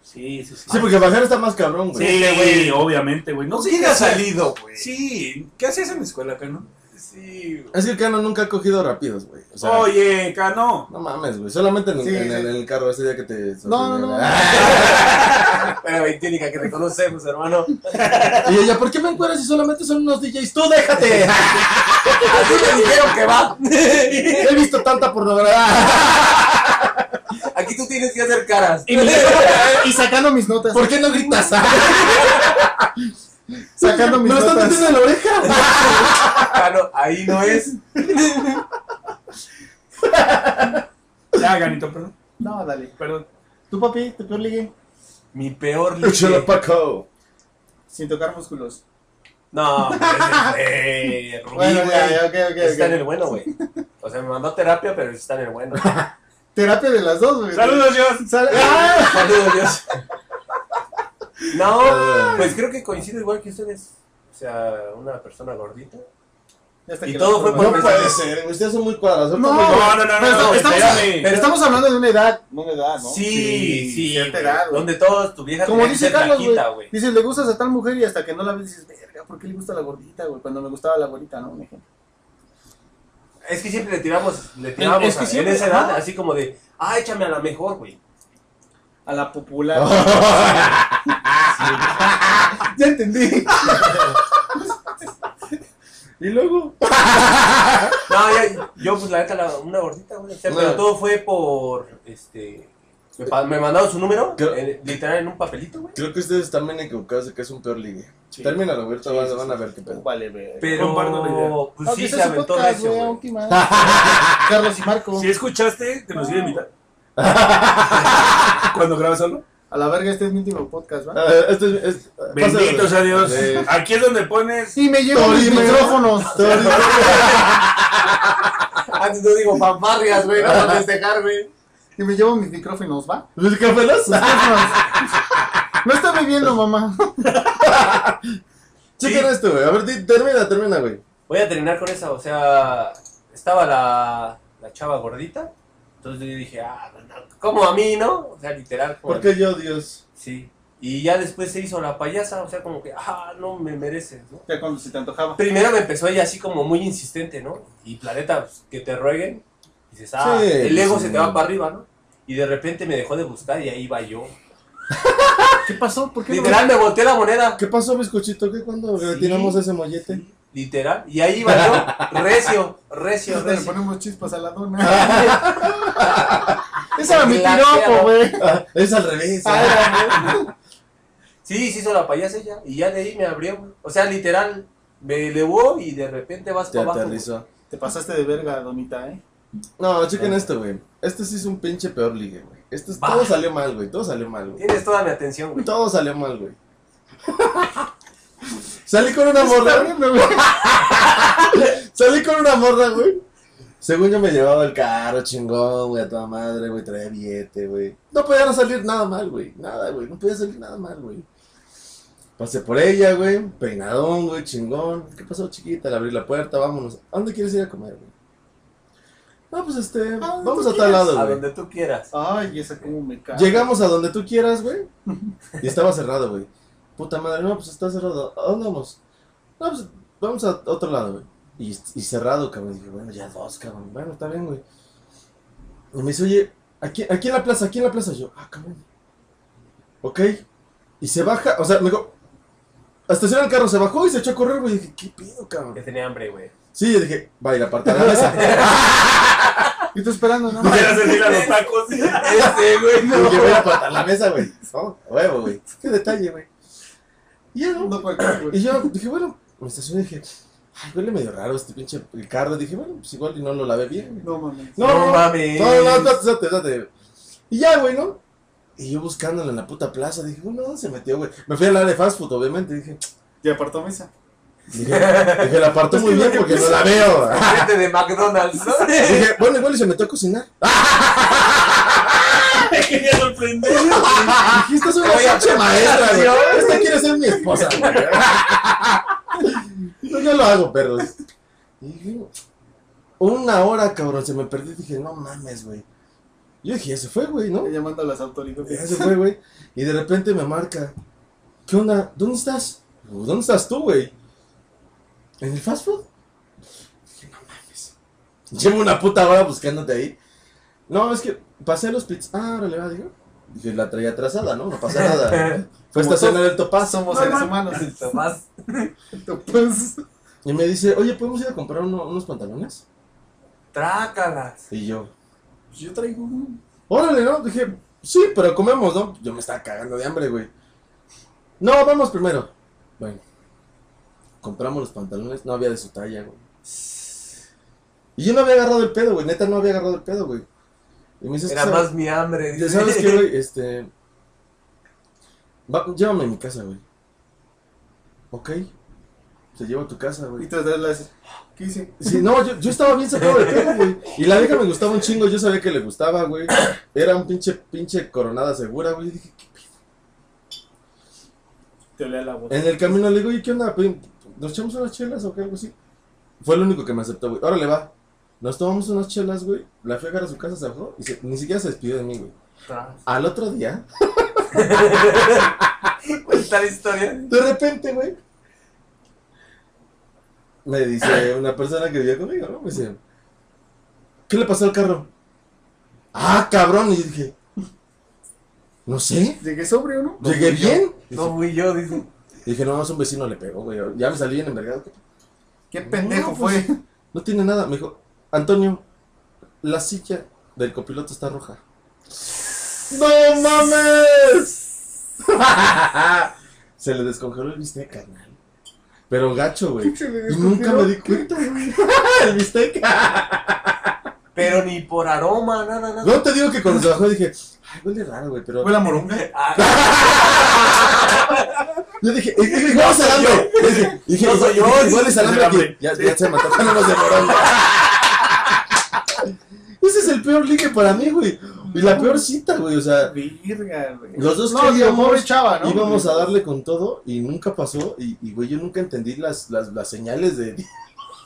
Sí, sí, sí. sí, porque bajar está más cabrón, Sí, güey. güey, obviamente, güey. No sé ¿Quién qué ha hacer. salido, güey? Sí, ¿qué hacías en la escuela acá, no? sí, güey. Es que el Cano nunca ha cogido rápidos, güey. O sea, Oye, Cano. no mames, güey. Solamente en, Sí, en el, sí. en el carro ese día que te. No, no, <laughs> no. Pero ventínica que reconocemos, hermano. Y ella, ¿por qué me encuentras si solamente son unos DJs? ¡Tú <laughs> déjate! Así me dijeron que va. <laughs> He visto <laughs> tanta pornografía. Aquí tú tienes que hacer caras. Y, <laughs> mis- y sacando mis notas. ¿Por qué no gritas? <laughs> Sacando mis ¿No están notas. metiendo en la oreja? Cano, ahí Ah, no es. Ya, Ganito, perdón. No, dale. Perdón. ¿Tú, papi, tu peor ligue? Mi peor Échalo, ligue. Paco. Sin tocar músculos. No, eh, Rubí, Bueno, güey. ya, ya, ok, ok, Está en ok. el bueno, güey. O sea, me mandó a terapia, pero está en el bueno. Terapia de las dos, güey. Saludos, Dios. Sal- ¡Ah! Saludos, Dios. No, pues creo que coincido igual que ustedes. O sea, una persona gordita. Ya está Y que todo la- fue por- No puede ser, güey. Ustedes son muy cuadrados. No, Ahorita me- güey. No, no, no, Pero no, estamos- estamos, espérame. Ah, pero estamos hablando de una edad. Una edad, ¿no? Sí, sí, cierta güey. edad, güey. Donde todos tu vieja Como tenía que dice ser Carlos, flaquita, güey. Dice, le gustas a tal mujer y hasta que no la ves dices, verga, ¿por qué le gusta la gordita, güey? Cuando me gustaba la gordita, ¿no? Un ejemplo. Es que siempre le tiramos, le tiramos es que a- siempre- en esa edad, ajá. así como de, ah, échame a la mejor, güey. A la popular. <laughs> <laughs> ya entendí. Y luego. No, ya, yo pues la neta, la- una gordita, güey. O sea, No. Pero todo fue por, este, me, pa- me mandaron su número, Creo- en- literal en un papelito, güey. Creo que ustedes están bien equivocados de que es un peor ligue. Termínalo, güey. Ahorita van, van a ver qué pedo. Vale, güey. Comparto la idea. Pero, pues sí, Aunque se sea su aventó podcast, recio, güey, güey. aunque más. Carlos y Marco. Si escuchaste, te nos iba a invitar. Cuando grabas solo. A la verga, este es mi último podcast, ¿va? Ah, Este es. es- Bendito sea Dios. Sí. Aquí es donde pones. Sí, me llevo mis Torino. micrófonos. Antes Ah, no digo fanfarrias, güey, no para festejar, güey. <laughs> Y me llevo mis micrófonos, ¿va? ¿Los cafelas? Sus micrófonos. No está bebiendo, mamá. Chequen esto, güey. A ver, di- termina, termina, güey. Voy a terminar con esa, o sea, estaba la, la chava gordita, entonces yo dije, ah, no, no, como a mí, ¿no? O sea, literal. como- Porque yo, Dios. Sí. Y ya después se hizo la payasa, o sea, como que, ah, no me mereces, ¿no? Ya cuando se te antojaba. Primero me empezó ella así como muy insistente, ¿no? Y planeta, pues, que te rueguen, dices, ah, Sí, el ego sí. se te va para arriba, ¿no? Y de repente me dejó de buscar y ahí va <laughs> yo. ¿Qué pasó? ¿Por qué no- Literal, me volteé la moneda. ¿Qué pasó, bizcochito? ¿Qué cuando Sí. retiramos ese mollete? Literal. Y ahí va <laughs> yo, recio, recio, Le recio. ponemos chispas a la <laughs> dona. Ese era mi Glaseado. piropo, güey. Ah, <laughs> es al revés. Ah, ah. era, güey. Sí, se hizo la payasa ella. Y ya de ahí me abrió, güey. O sea, literal, me elevó y de repente vas Te para abajo. güey. aterrizó. Te pasaste de verga, donita, ¿eh? No, chequen esto, güey. Este sí es un pinche peor ligue, güey. Este es- Va. todo salió mal, güey. Todo salió mal, güey. Tienes toda mi atención, güey. Todo salió mal, güey. Salí con una Está morra. riendo, güey. Salí con una morra, güey. Según yo me llevaba el carro, chingón, güey, a toda madre, güey, traía billete, güey. No podía no salir nada mal, güey. Nada, güey. No podía salir nada mal, güey. Pasé por ella, güey. Peinadón, güey, chingón. ¿Qué pasó, chiquita? Le abrí la puerta, vámonos. ¿A dónde quieres ir a comer, güey? No, pues este. donde Vamos tú a tal lado, A güey. donde tú quieras. Ay, esa cómo me cae. Llegamos a donde tú quieras, güey. Y estaba cerrado, güey. Puta madre, no, pues está cerrado. ¿A dónde vamos? No, pues vamos a otro lado, güey. Y, y cerrado, cabrón. Dije, bueno, ya dos, cabrón. Bueno, está bien, güey. Y me dice, oye, aquí, aquí en la plaza, aquí en la plaza. Yo, ah, cabrón. Ok. Y se baja, o sea, me dijo, estaciona el carro, se bajó y se echó a correr, güey. Dije, ¿qué pedo, Que cabrón? tenía hambre, <laughs> güey. Sí, yo dije, va a ir aparte de la mesa. Y tú esperando, ¿no? Quieras decir a los tacos. Este, güey, Y dije, voy a apartar la mesa, güey. No, huevo, güey. Qué detalle, güey. Y ya, ¿no? No cualquier, Y güey. yo dije, bueno, me estacioné y dije, ay, huele medio raro este pinche carro. Dije, bueno, pues igual y no lo lavé bien. No mames. No, No no, no, mames. no, no, espérate, espérate. Y ya, güey, ¿no? Y yo buscándolo en la puta plaza, dije, bueno, ¿dónde se metió, güey? Me fui al área de fast food, obviamente. Dije, Y apartó mesa. dije, dije la <laughs> apartó muy bien porque no pues, la veo. <laughs> Gente de McDonald's, ¿no? Dije, bueno, igual y se metió a cocinar. <laughs> Me quería sorprender. Dije, esta es una Oye, pinche maestra, Dios. güey. Esta quiere ser mi esposa, güey. <laughs> No, yo lo hago, perros. Y dije, una hora, cabrón, se me perdió. Dije, no mames, güey. Yo dije, ya se fue, güey, ¿no? Llamando a las Ya autoridades. se fue, güey. Y de repente me marca, ¿qué "Pues, onda? ¿Dónde estás? Digo, ¿Dónde estás tú, güey? ¿En el fast food? Llevo una puta hora buscándote ahí. No, es que pasé los pits. Ah, órale, va, digo. Dije, la traía atrasada, ¿no? No pasa <laughs> nada. Fue Como estacionar el topazo. <laughs> Somos seres humanos. Tomás. Pues, Y me dice, oye, ¿podemos ir a comprar uno- unos pantalones? Trácalas. Y yo, yo traigo un. órale, ¿no? Dije, sí, pero comemos, ¿no? Yo me estaba cagando de hambre, güey. No, vamos primero. Bueno, compramos los pantalones, no había de su talla, güey. Y yo no había agarrado el pedo, güey, neta no había agarrado el pedo, güey. Y me dice, "Es que Era sabes- más mi hambre. ya sabes que, güey, este... va- llévame a mi casa, güey. Ok. Se lleva a tu casa, güey. Y tras de la ¿Qué hice? Sí, no, yo, yo estaba bien sacado de pedo, güey. Y la vieja me gustaba un chingo, yo sabía que le gustaba, güey. Era un pinche, pinche coronada segura, güey. Dije, "¿Qué Te olía la p-?". bota. En el camino le digo, ¿y qué onda? Pues, ¿Nos echamos unas chelas o qué? Algo así. Fue el único que me aceptó, güey. Órale, va. Nos tomamos unas chelas, güey. La fui a agarrar a su casa, se bajó. Y se- ni siquiera se despidió de mí, güey. Al otro día, <laughs> Cuenta la historia. de repente, güey. Me dice una persona que vivía conmigo, ¿no? Me dice, ¿qué le pasó al carro? Ah, cabrón. Y yo dije, no sé. Llegué sobrio, ¿no? Llegué bien. No fui yo, dice. Dije, no, es un vecino le pegó, güey. Ya me salí bien envergado. Qué pendejo No, pues, fue. No tiene nada. Me dijo, Antonio, la silla del copiloto está roja. ¡No mames! <laughs> Se le descongeló el bistec, carnal. Pero gacho, güey. Se me Y nunca descongeló. me di cuenta, güey. <laughs> El bistec. Pero ni por aroma, nada, nada. No te digo que cuando se bajó dije, ay, huele raro, güey, pero. Fue la moronga. Ah, Yo dije, eh, eh, no, salambre. Dije, dije, No soy igual- yo. dije, igual es salambre Salambre. que ya, ya se mató. No, no se mató. Ese es el peor ligue para mí, güey. Y la peor cita, güey, o sea. Virga, güey. Los dos No, digo, queríamos, pobre chava, Ah, ¿no? íbamos a darle con todo y nunca pasó. Y, y, güey, yo nunca entendí las, las, las señales de.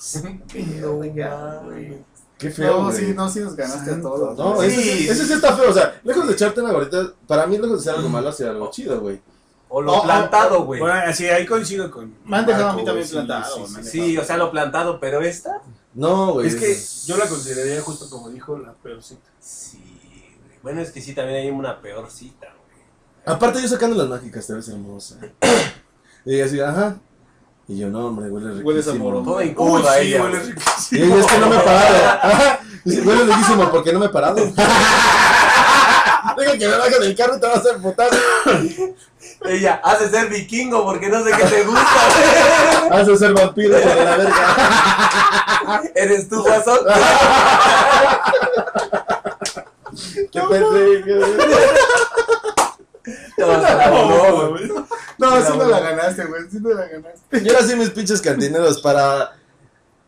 <laughs> Virga, güey. Qué feo, No, güey. sí, no, sí nos ganaste a todos. No, güey. ese, sí- ese sí está feo. O sea, lejos de echarte una gorrita, para mí, lejos de ser algo malo, hacer algo chido, güey. o No, lo no, plantado, güey. Bueno, así ahí coincido con. Me han dejado a Marco, mí también sí, plantado, sí, me han Sí, o sea, lo plantado, pero esta. No, güey. Es Pues, que yo la consideraría justo como dijo la peor cita. Sí, güey. Bueno, es que sí, también hay una peor cita, güey. Aparte, yo sacando las mágicas, te ves hermosa. <clears throat> y ella así, ajá. Y yo, no, hombre, huele riquísimo. Hueles a morón. Toda incómoda sí, ella. huele <laughs> güey. Y ella, es que no me he parado. Ajá. Dice, huele riquísimo, ¿por qué no me <laughs> he parado? Digo que me bajes del carro y te vas a emputar. Ella, has de ser vikingo porque no sé qué te gusta. Vas a ser vampiro, hijo de <laughs> la verga. güey. Eres tú, <laughs> guasón. Qué pendejo. No, no, güey. No, Mira, sí no bueno. la ganaste, güey. Sí no la ganaste. Y ahora sí, mis pinches cantineros, para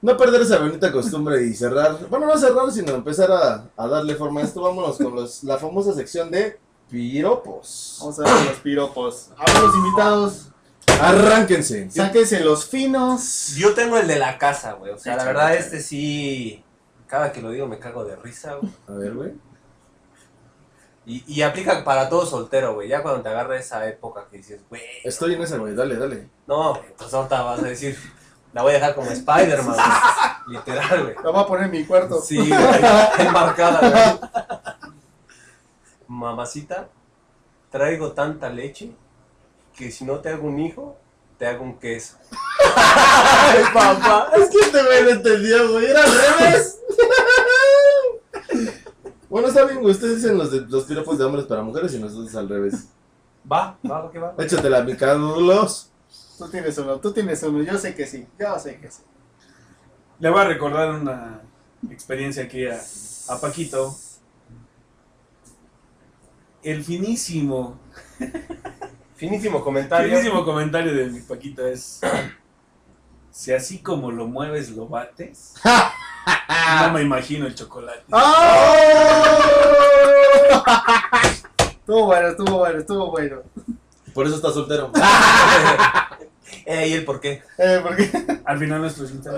no perder esa bonita costumbre y cerrar, bueno, no cerrar, sino empezar a, a darle forma a esto, vámonos con los, la famosa sección de piropos. Vamos a ver los piropos. Ahora los invitados, Arránquense. sáquense los finos. Yo tengo el de la casa, güey. O sea, la verdad, Échale, este sí. Cada que lo digo me cago de risa, güey. A ver, güey. Y, y aplica para todo soltero, güey. Ya cuando te agarra esa época que dices, güey. Estoy en esa, güey, dale, dale. No, güey. Entonces ahorita vas a decir, la voy a dejar como Spider-Man, <laughs> güey. Literal, güey. La voy a poner en mi cuarto. Sí, güey. Enmarcada, güey. Mamacita, traigo tanta leche que si no te hago un hijo, te hago un queso. Ay, papá. Es que este güey lo entendió, güey, era al revés. <laughs> Bueno, está bien, güey, ustedes dicen los, de, los piropos de hombres para mujeres y nosotros al revés. Va, va, que va. Échatela, mi Carlos. Tú tienes uno, tú tienes uno. Yo sé que sí, yo sé que sí. Le voy a recordar una experiencia aquí a, a Paquito. El finísimo, Finísimo comentario. finísimo comentario de mi Paquito es: Si así como lo mueves, <laughs> lo bates. No me imagino el chocolate. Ah. ¡Ah! Estuvo bueno, estuvo bueno, estuvo bueno. Por eso está soltero. <laughs> Eh, ¿Y el por qué? Eh, porque <laughs> Al final, nuestro cita.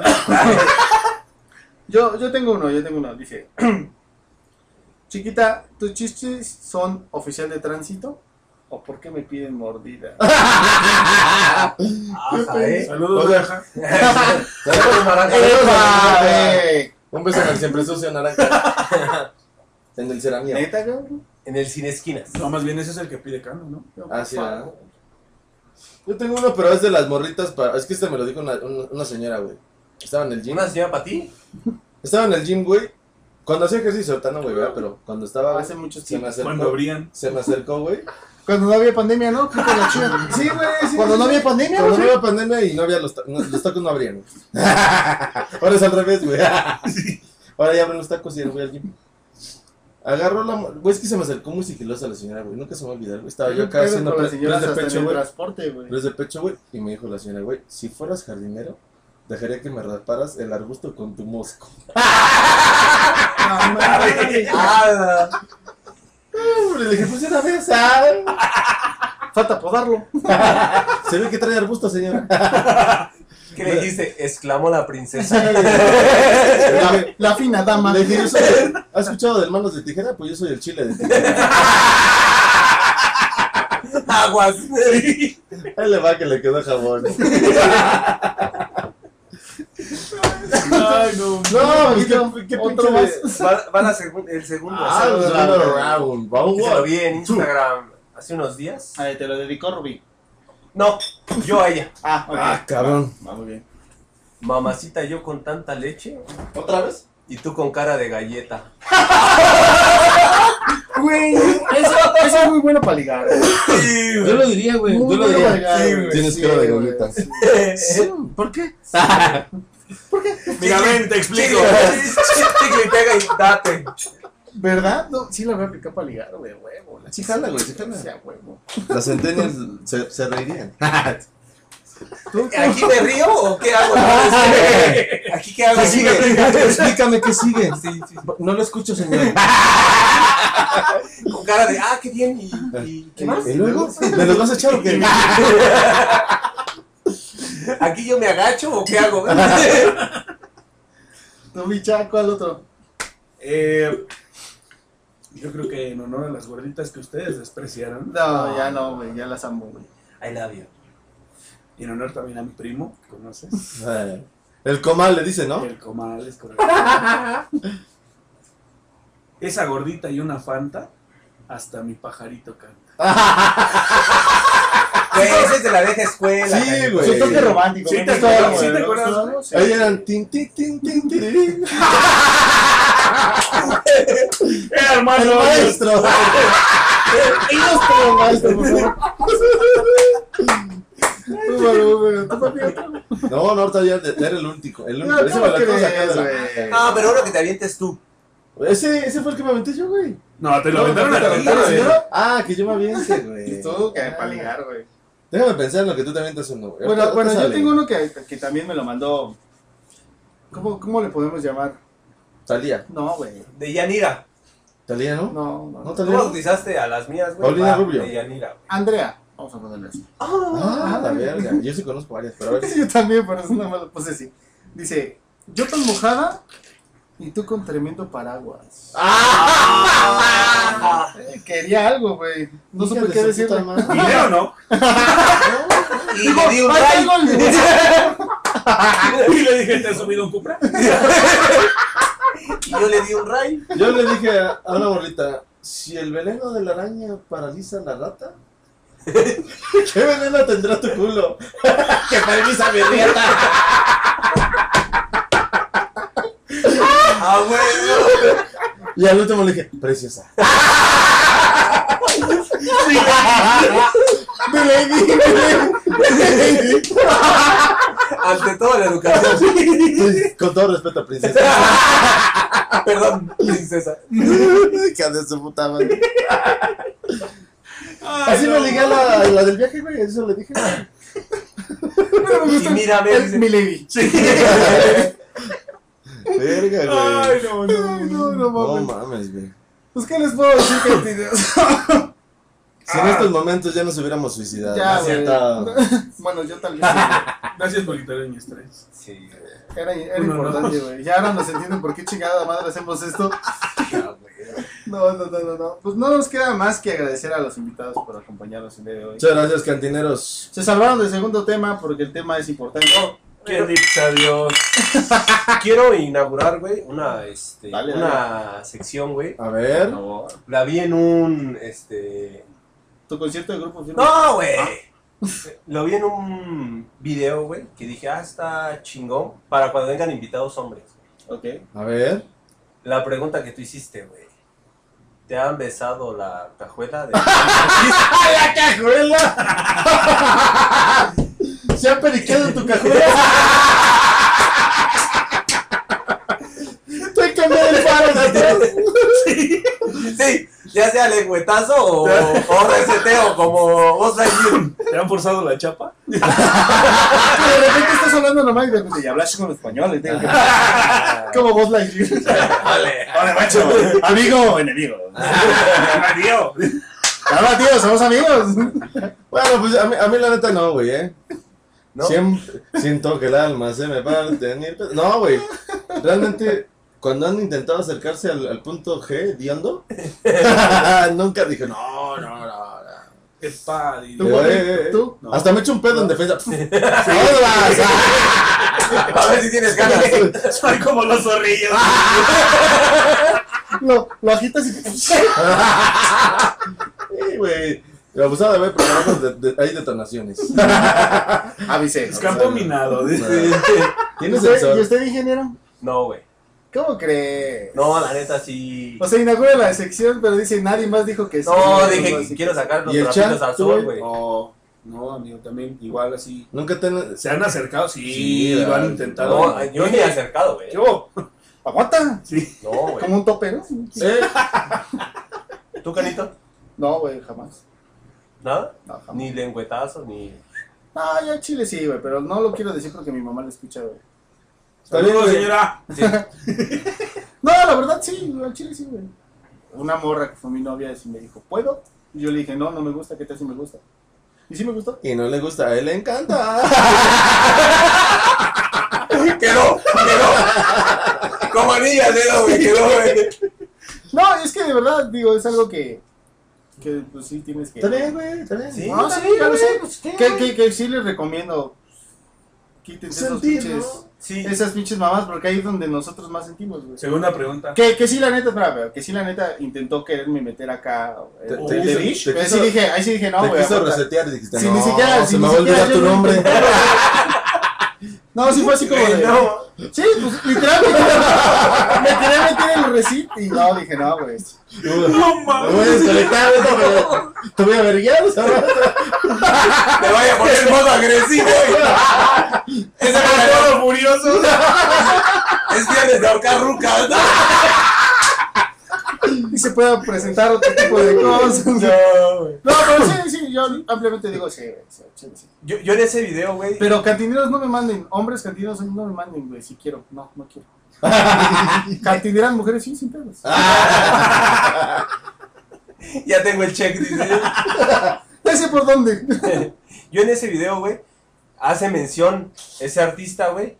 yo, yo tengo uno, yo tengo uno. Dice, <clears throat> chiquita, ¿tus chistes son oficial de tránsito? ¿O por qué me piden <laughs> mordida? Ajá, ¿eh? Saludos, Hola. Raja. <laughs> Saludos, Raja. ¡Épale! Un beso en el siempre sucio naranja. <laughs> en el ceramía. ¿Neta, cabrón? En el cine esquinas. No, más bien ese es el que pide Cano, ¿no? Ah, sí, ¿verdad? Yo tengo uno, pero es de las morritas para... Es que este me lo dijo una, una, una señora, güey. Estaba en el gym. ¿Una señora para ti? Estaba en el gym, güey. Cuando hacía ejercicio, ahorita no, güey, ¿verdad? pero cuando estaba... güey, Hace mucho se me tiempo. acercó, Cuando abrían. se me acercó, güey. Cuando no había pandemia, ¿no? Creo que la chida. Sí, güey, <laughs> sí, Cuando sí, no sí. había pandemia, Cuando no güey. había pandemia y no había los, ta- no, los tacos no abrían. güey. <laughs> Ahora es al revés, güey. <laughs> Ahora ya abren los tacos y el güey al gym. Agarró la... mo- Güey, es que se me acercó muy sigilosa la señora, güey. Nunca se me va a olvidar, güey. Estaba yo acá Pero haciendo con las pre- press señoras de hasta en pecho, el güey. transporte, güey. Press de pecho, güey. Y me dijo la señora, güey, si fueras jardinero, dejaría que me rasparas el arbusto con tu mosco. Ah, madre. Ah, Hombre, <laughs> le dije, pues ya la ves, ¿sabes? Falta podarlo. <laughs> Se ve que trae arbusto, <laughs> señora. ¿Qué le dijiste? Exclamó la princesa. <laughs> La, la fina dama. Le dije, yo soy el- ¿has escuchado de manos de tijera? Pues yo soy el chile de tijera. Aguas. Ahí le va que le quedó jabón. Ay, no. No, pues, qué, qué Otro pinche más. de- Va, va la segun- el segundo. Ah, Se lo- pues, round, round, round, se lo vi en two. Instagram hace unos días. A ver, te lo dedicó Rubí. No, yo a ella. Ah, ok. Ah, cabrón. Va muy bien. Mamacita, yo con tanta leche ¿Otra vez? y tú con cara de galleta. Güey, eso, eso es muy bueno para ligar. ¿eh? güey. Yo lo diría, güey. Muy Yo lo bueno para diría. ligar. Sí, güey. güey. Tienes Sí, cara de güey. galleta. Sí. ¿Por qué? Mira, ven, te explico. Chicle y pega y date. ¿Verdad? No, sí la voy a aplicar para ligar, güey, huevo. La Sí jala, güey, sí jala. Sí, a huevo. Las centenias se, se <laughs> reirían. ¿Tú, ¿Aquí me río o qué hago? ¿Aquí qué hago? ¿Qué sigue? Explícame qué sigue. Sí, sí. No lo escucho, señor. Con cara de, ah, qué bien. ¿Y, y qué más? ¿Y luego? ¿Me los vas a echar o qué? ¿Aquí yo me agacho o qué hago? <laughs> tú, bicha, ¿cuál otro? Eh, yo creo que en honor a las gorditas que ustedes despreciaron, No, ya no, güey, ya las amo, güey. I love you. y en honor también a mi primo, que conoces, Eh, <laughs> El comal le dice, <laughs> ¿no? el comal es correcto. Esa gordita y una fanta, hasta mi pajarito canta. Güey, ese Pues, es de la vieja escuela. Sí, Su güey. toque romántico. Sí, me te gustó, acuerdas, güey, sí, te me acuerdas, gustó, güey. sí. Ahí eran tin, tin, tin, tin, tirirín. El ¡Eh, hermano! maestro. Ilústralo, maestro, por favor. Muy bueno, muy bueno. ¿Tú, papi, otro? No, no, ahorita ya era el últico. El últico. No, Ese ¿cómo me lo acabo de crees, sacar de güey? la- No, Ah, pero uno que te avientes tú. Ese, ese fue el que me aventé yo, güey. No, te lo No, aventaron no, a no, ti, no, no, güey. no. Ah, que yo me <laughs> aviente, güey. Tú, que para ligar, güey. Déjame pensar en lo que tú te avientas uno, güey. Ah. Bueno, Ahorita- bueno, ahorita yo sale. tengo uno que, que también me lo mandó. ¿Cómo, ¿Cómo le podemos llamar? Talía. No, güey. De Yanira. Talía, ¿no? No, no. No, Tú Talía. bautizaste a las mías, güey. Paulina Va, Rubio. De Yanira. güey. Andrea. Vamos a ponerle así. <laughs> Ah, la verga. Yo sí conozco varias, pero a ver. Yo también, pero es una mala. Pues así. Dice: Yo tan mojada y tú con tremendo paraguas. Ah. Eh, Quería algo, güey. No Hija supe de qué su decirle. ¡Oh! puta madre. Dinero, ¿no? Y le <laughs> di un ¡Ay, like. algo! Y le dije, ¿te has subido un cupra? Y yo le di un ray. Yo le dije a a una bolita, si el veneno de la araña paraliza a la rata, <laughs> ¿qué veneno tendrá tu culo? <laughs> que paraliza mi rata. Ah, güey. Y al último le dije, <laughs> preciosa. Mi lady, mi lady, mi Ante todo la educación. lady. Con todo respeto, <laughs> princesa. <laughs> Perdón, princesa. Hija de su puta madre. Así me ligué a la, a la del viaje, güey. Eso le dije, güey. Y mírame. Es dice, mi lady. Verga, Ay, güey. no, no. No, no, no No mames. mames, güey. Pues, ¿qué les puedo decir, gente? Si en estos momentos ya nos hubiéramos suicidado. Ya, ¿no es cierto? <laughs> güey. <laughs> Bueno, yo tal vez. sí, güey. Gracias por quitarle mi estrés. Sí, güey. Era, era No, no. importante, güey. Ya ahora nos entienden por qué chingada madre hacemos esto. <laughs> Ah, güey. No, no, no, no, no. Pues no nos queda más que agradecer a los invitados por acompañarnos el día de hoy. Muchas gracias, cantineros. Se salvaron del segundo tema porque el tema es importante. Qué lips, adiós. Quiero inaugurar, güey, una, este, Dale, una sección, güey. A ver. La vi en un, este... Tu concierto de grupo firme. ¡No, güey! Ah. Eh, Lo vi en un video, güey, que dije, ah, está chingón, para cuando vengan invitados hombres. Ok. A ver. La pregunta que tú hiciste, güey. ¿Te han besado la cajuela? De... ¡La cajuela! <laughs> ¿Se ha periqueado tu cajuela? Te cambié el faro de atrás. <laughs> sí, ya sea lengüetazo o, o reseteo, como vos ¿Te han forzado la chapa? Ah, De repente estás hablando normal y de repente ya hablaste con los españoles. tengo que- Como vos <laughs> la Ah, Vale. Hola, macho. Amigo o enemigo. Adiós. Ahora, tío, somos amigos. Bueno, pues a mí, a mí la neta no, güey, ¿eh? ¿No? Siempre siento que el alma se me parte. en mil pedazos. No, güey. Realmente, cuando han intentado acercarse al, al punto G, <laughs> diando, nunca dije, no, no, no. no. Epa, di- ¿Tú, Eh, Juan? eh, eh. ¿Tú? No. Hasta me echo un pedo en defensa. ¡Hola! A ver si tienes ganas. Soy como los zorrillos. <laughs> Lo, lo agitas y. Sí, güey. Me abusaba de ver programas de, de- hay detonaciones. Ah, Avise. Es campo minado. dice. ¿Tienes ¿Y sensor? usted, ingeniero? <laughs> No, güey. ¿Cómo cree? No, la neta sí. O sea, inaugura la sección, pero dice nadie más dijo que sí. No, dije Así que quiero sacar los ¿Y el trapitos chat, al tú, sol, güey? <laughs> güey. No, no, amigo, también igual así. Nunca te han... ¿Se han acercado? Sí, Sí, lo han ay, intentado. No, yo ni acercado, güey. ¿Qué hubo? Aguanta. Sí. No, güey. Como un tope, ¿no? ¿Eh? ¿Tú, Canito? No, güey, jamás. ¿Nada? No, jamás. Ni lengüetazo, ni... No, yo en Chile sí, güey, pero no lo quiero decir porque mi mamá lo escucha, güey. Saludos, güey. señora. No, la verdad sí, güey, al Chile sí, güey. Una morra que fue mi novia y me dijo, ¿puedo? Y yo le dije, no, no me gusta, ¿qué tal si me gusta? Y sí me gustó. Y no le gusta, a él le <laughs> encanta. Quedó, quedó. Como anilla al dedo, güey. Quedó, güey. No, es que de verdad, digo, es algo que. que pues sí tienes que. Está bien, güey, está bien. Sí, No, está sí, bien, ya lo güey, sé. pues, ¿qué? Que, que, que sí les recomiendo. Pues, Quítense esos Sentir, pinches. ¿no? Sí. Esas pinches mamás, porque ahí es donde nosotros más sentimos, güey. Segunda pregunta. Que, que sí, la neta, espera, pero que sí, la neta, intentó quererme meter acá. eh, Te- o- te de quiso- bitch, te pero quiso- sí dije, ahí sí dije, no, te güey. quiso aguanta. resetear y dijiste, Si no, ni siquiera- se si me ni va a olvidar siquiera tu yo lo nombre. intenté. <laughs> No, sí fue así como de. Sí, pues literalmente. me quería meter el recit y no, dije, no, güey. No mames. Güey, se le cae, <laughs> no, pero te voy a verguiar. Te vaya a poner en modo agresivo, güey. <laughs> Esa cara Todo furioso. es viernes de ahorcar rucas, ¿no? Y se pueda presentar otro tipo de <laughs> cosas. No, No, pero sí, sí, yo ampliamente digo, sí, güey. sí, sí, sí. yo, yo en ese video, güey. Pero cantineros no me manden, hombres cantineros no me manden, güey, si quiero, no, no <laughs> quiero. cantineras mujeres sí, sin pedos. Ah. Ya tengo el check, dice. Ya sé por dónde. Yo en ese video, güey, hace mención ese artista, güey,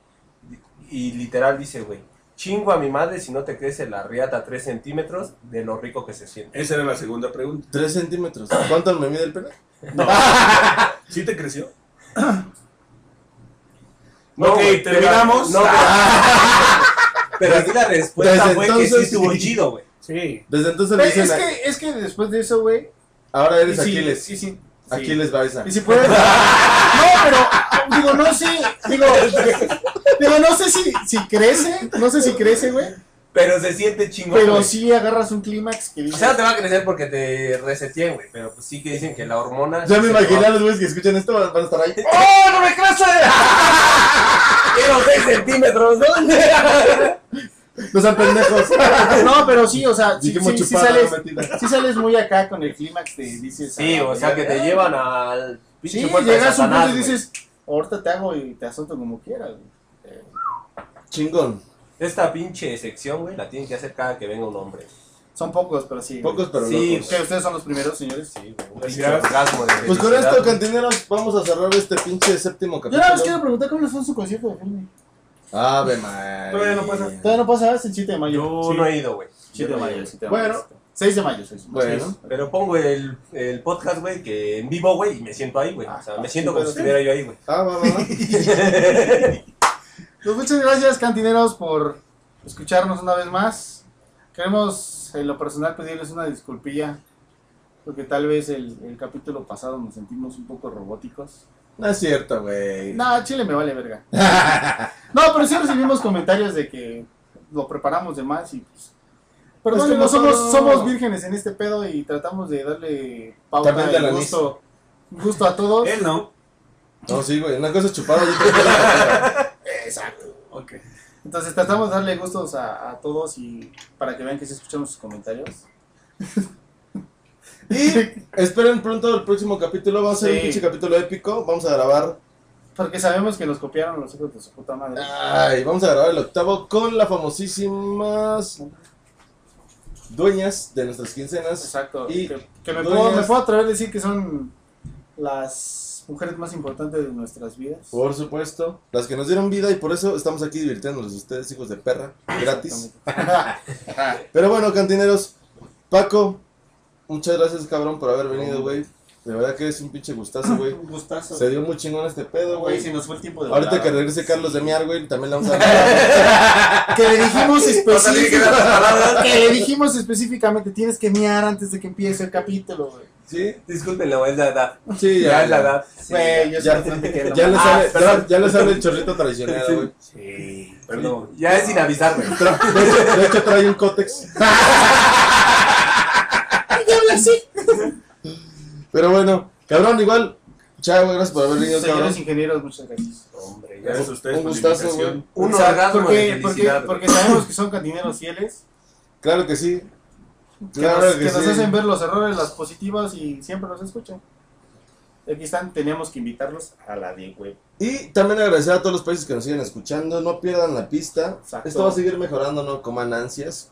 y literal dice, güey, chingo a mi madre si no te crece la riata 3 centímetros de lo rico que se siente. Esa era la segunda pregunta. Tres centímetros. ¿Cuánto me mide el pene? ¿Sí te creció? No, ok, güey, pero- terminamos. no, pero- pero aquí la respuesta Desde fue que sí entonces, estuvo sí. chido, güey. Sí. Desde entonces le Pero es dicen, que, es que después de eso, güey. ahora y eres si- Aquiles. Sí, sí. Aquiles Baiza. Y si puedes. No, pero digo, no sé, digo, digo, no sé si, si crece, no sé si crece, güey. Pero se siente chingón. Pero güey. sí agarras un clímax que O dices. sea, no te va a crecer porque te reseteé, güey. Pero pues sí que dicen que la hormona. Ya me se imaginé a te va- los güeyes que escuchan esto van van a estar ahí. ¡Oh, no me crece! <laughs> Quiero 6 centímetros, ¿dónde? <laughs> No sean pendejos. No, pero sí, o sea, sí, Dije, sí, sí chupada, sales, no metida. sí sales muy acá con el clímax de dices. Sí, ah, o sea que te güey. llevan al Sí, pinche puerta de llegas a un punto Satanás, y güey. dices, ahorita te hago y te azoto como quieras. güey". Eh, Chingón. Esta pinche sección, güey, la tienen que hacer cada que venga un hombre. Son pocos, pero sí. güey. Pocos pero Sí, locos. Que ustedes son los primeros, señores. Sí, güey. Un Gracias. pinche orgasmo de Pues con felicidad, esto, güey. cantineros, vamos a cerrar este pinche séptimo Yo nada más capítulo. quiero preguntar cómo les fue en su concierto de filme. Ave María. Todavía no pasa. Todavía no pasa, es el 7 de mayo. Yo Sí. no he ido, güey. 7 de mayo, 7 de mayo. Bueno. 6 de mayo, 6 de mayo. Pues, Bueno. Sí. Pero pongo el, el podcast, güey, que en vivo, güey, y me siento ahí, güey. O sea, Ah, me siento sí, como pero <laughs> si estuviera yo ahí, güey. Ah, va, va, va. Pues muchas gracias, cantineros, por escucharnos una vez más. Queremos, en lo personal, pedirles una disculpilla, porque tal vez el, el capítulo pasado nos sentimos un poco robóticos. No es cierto, güey. No, Chile me vale verga. No, pero sí recibimos comentarios de que lo preparamos de más y pues. Pero Es que no somos, todo- somos vírgenes en este pedo y tratamos de darle pauta También de y la gusto, gusto a todos. Él no. No, sí, güey. Una cosa es chupada y otra cosa es la otra. Ok. Entonces tratamos de darle gustos a, a todos y para que vean que sí escuchamos sus comentarios. <laughs> Y esperen pronto el próximo capítulo. Va a ser Sí. un pinche capítulo épico. Vamos a grabar. Porque sabemos que nos copiaron los hijos de su puta madre. Ay, vamos a grabar el octavo con las famosísimas dueñas de nuestras quincenas. Exacto. Y que que me, dueñas- puedo, me puedo atrever a decir que son las mujeres más importantes de nuestras vidas. Por supuesto. Las que nos dieron vida y por eso estamos aquí divirtiéndonos ustedes, hijos de perra. Gratis. Pero bueno, cantineros. Paco, muchas gracias, cabrón, por haber venido, güey. De verdad que es un pinche gustazo, <laughs> güey. Un gustazo. Se dio muy chingón este pedo, Güey, güey. se nos fue el tiempo de Ahorita volada. que regrese Carlos de Miar, güey, también le vamos <laughs> a dar. que le <laughs> dijimos específicamente palabras. que le dijimos específicamente tienes que miar antes de que empiece el capítulo, güey. ¿Sí? Disculpen, la es la edad. Sí, Ya es la edad. Güey, yo ya- siempre te quiero. Ya le Ah, sale, perdón. ya le sale el <laughs> chorrito traicionero, güey. Sí. Perdón. Ya es sin avisar, güey. Tra- De hecho, de hecho, trae un cótex. Pero bueno, cabrón, igual. Chao, güey, gracias por haber venido, cabrón. Señores ingenieros, muchas gracias. Hombre, Un- gracias a ustedes un por la gustazo, invitación. Un O sea, orgasmo de porque, porque, felicidad. porque sabemos que son cantineros fieles, Claro que sí. que, Claro nos, que, que nos sí. hacen ver los errores, las positivas y siempre nos escuchan. Aquí están, teníamos que invitarlos a la de web. Y también agradecer a todos los países que nos siguen escuchando. No pierdan la pista. Exacto. Esto va a seguir mejorando, no coman ansias.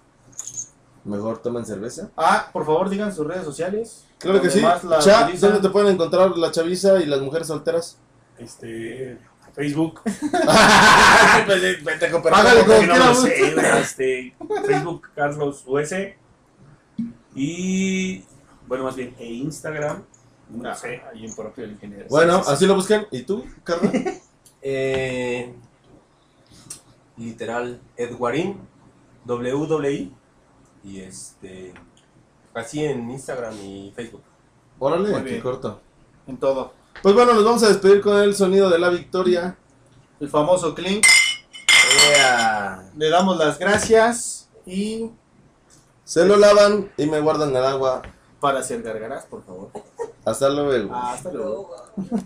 Mejor tomen cerveza. Ah, por favor digan sus redes sociales. Claro que donde sí. más la Cha, utilizan. ¿dónde te pueden encontrar la chaviza y las mujeres <laughs> solteras? Este. <laughs> Facebook. Págale Porque como no quiera, güey. lo sé, güey, este, Facebook Carlos US. Y. Bueno, más bien, e Instagram. No Ah, sé. ahí en propio el ingeniero. Bueno, así lo buscan. ¿Y tú, Carla? <laughs> Eh, literal, Edwarin, WWI, y este, así en Instagram y Facebook. Muy Órale, bien. qué corto. En todo. Pues bueno, nos vamos a despedir con el sonido de la victoria. El famoso Clink. Le damos las gracias y Se lo lavan y me guardan el agua. para hacer gargaras, por favor. Hasta luego. Hasta luego.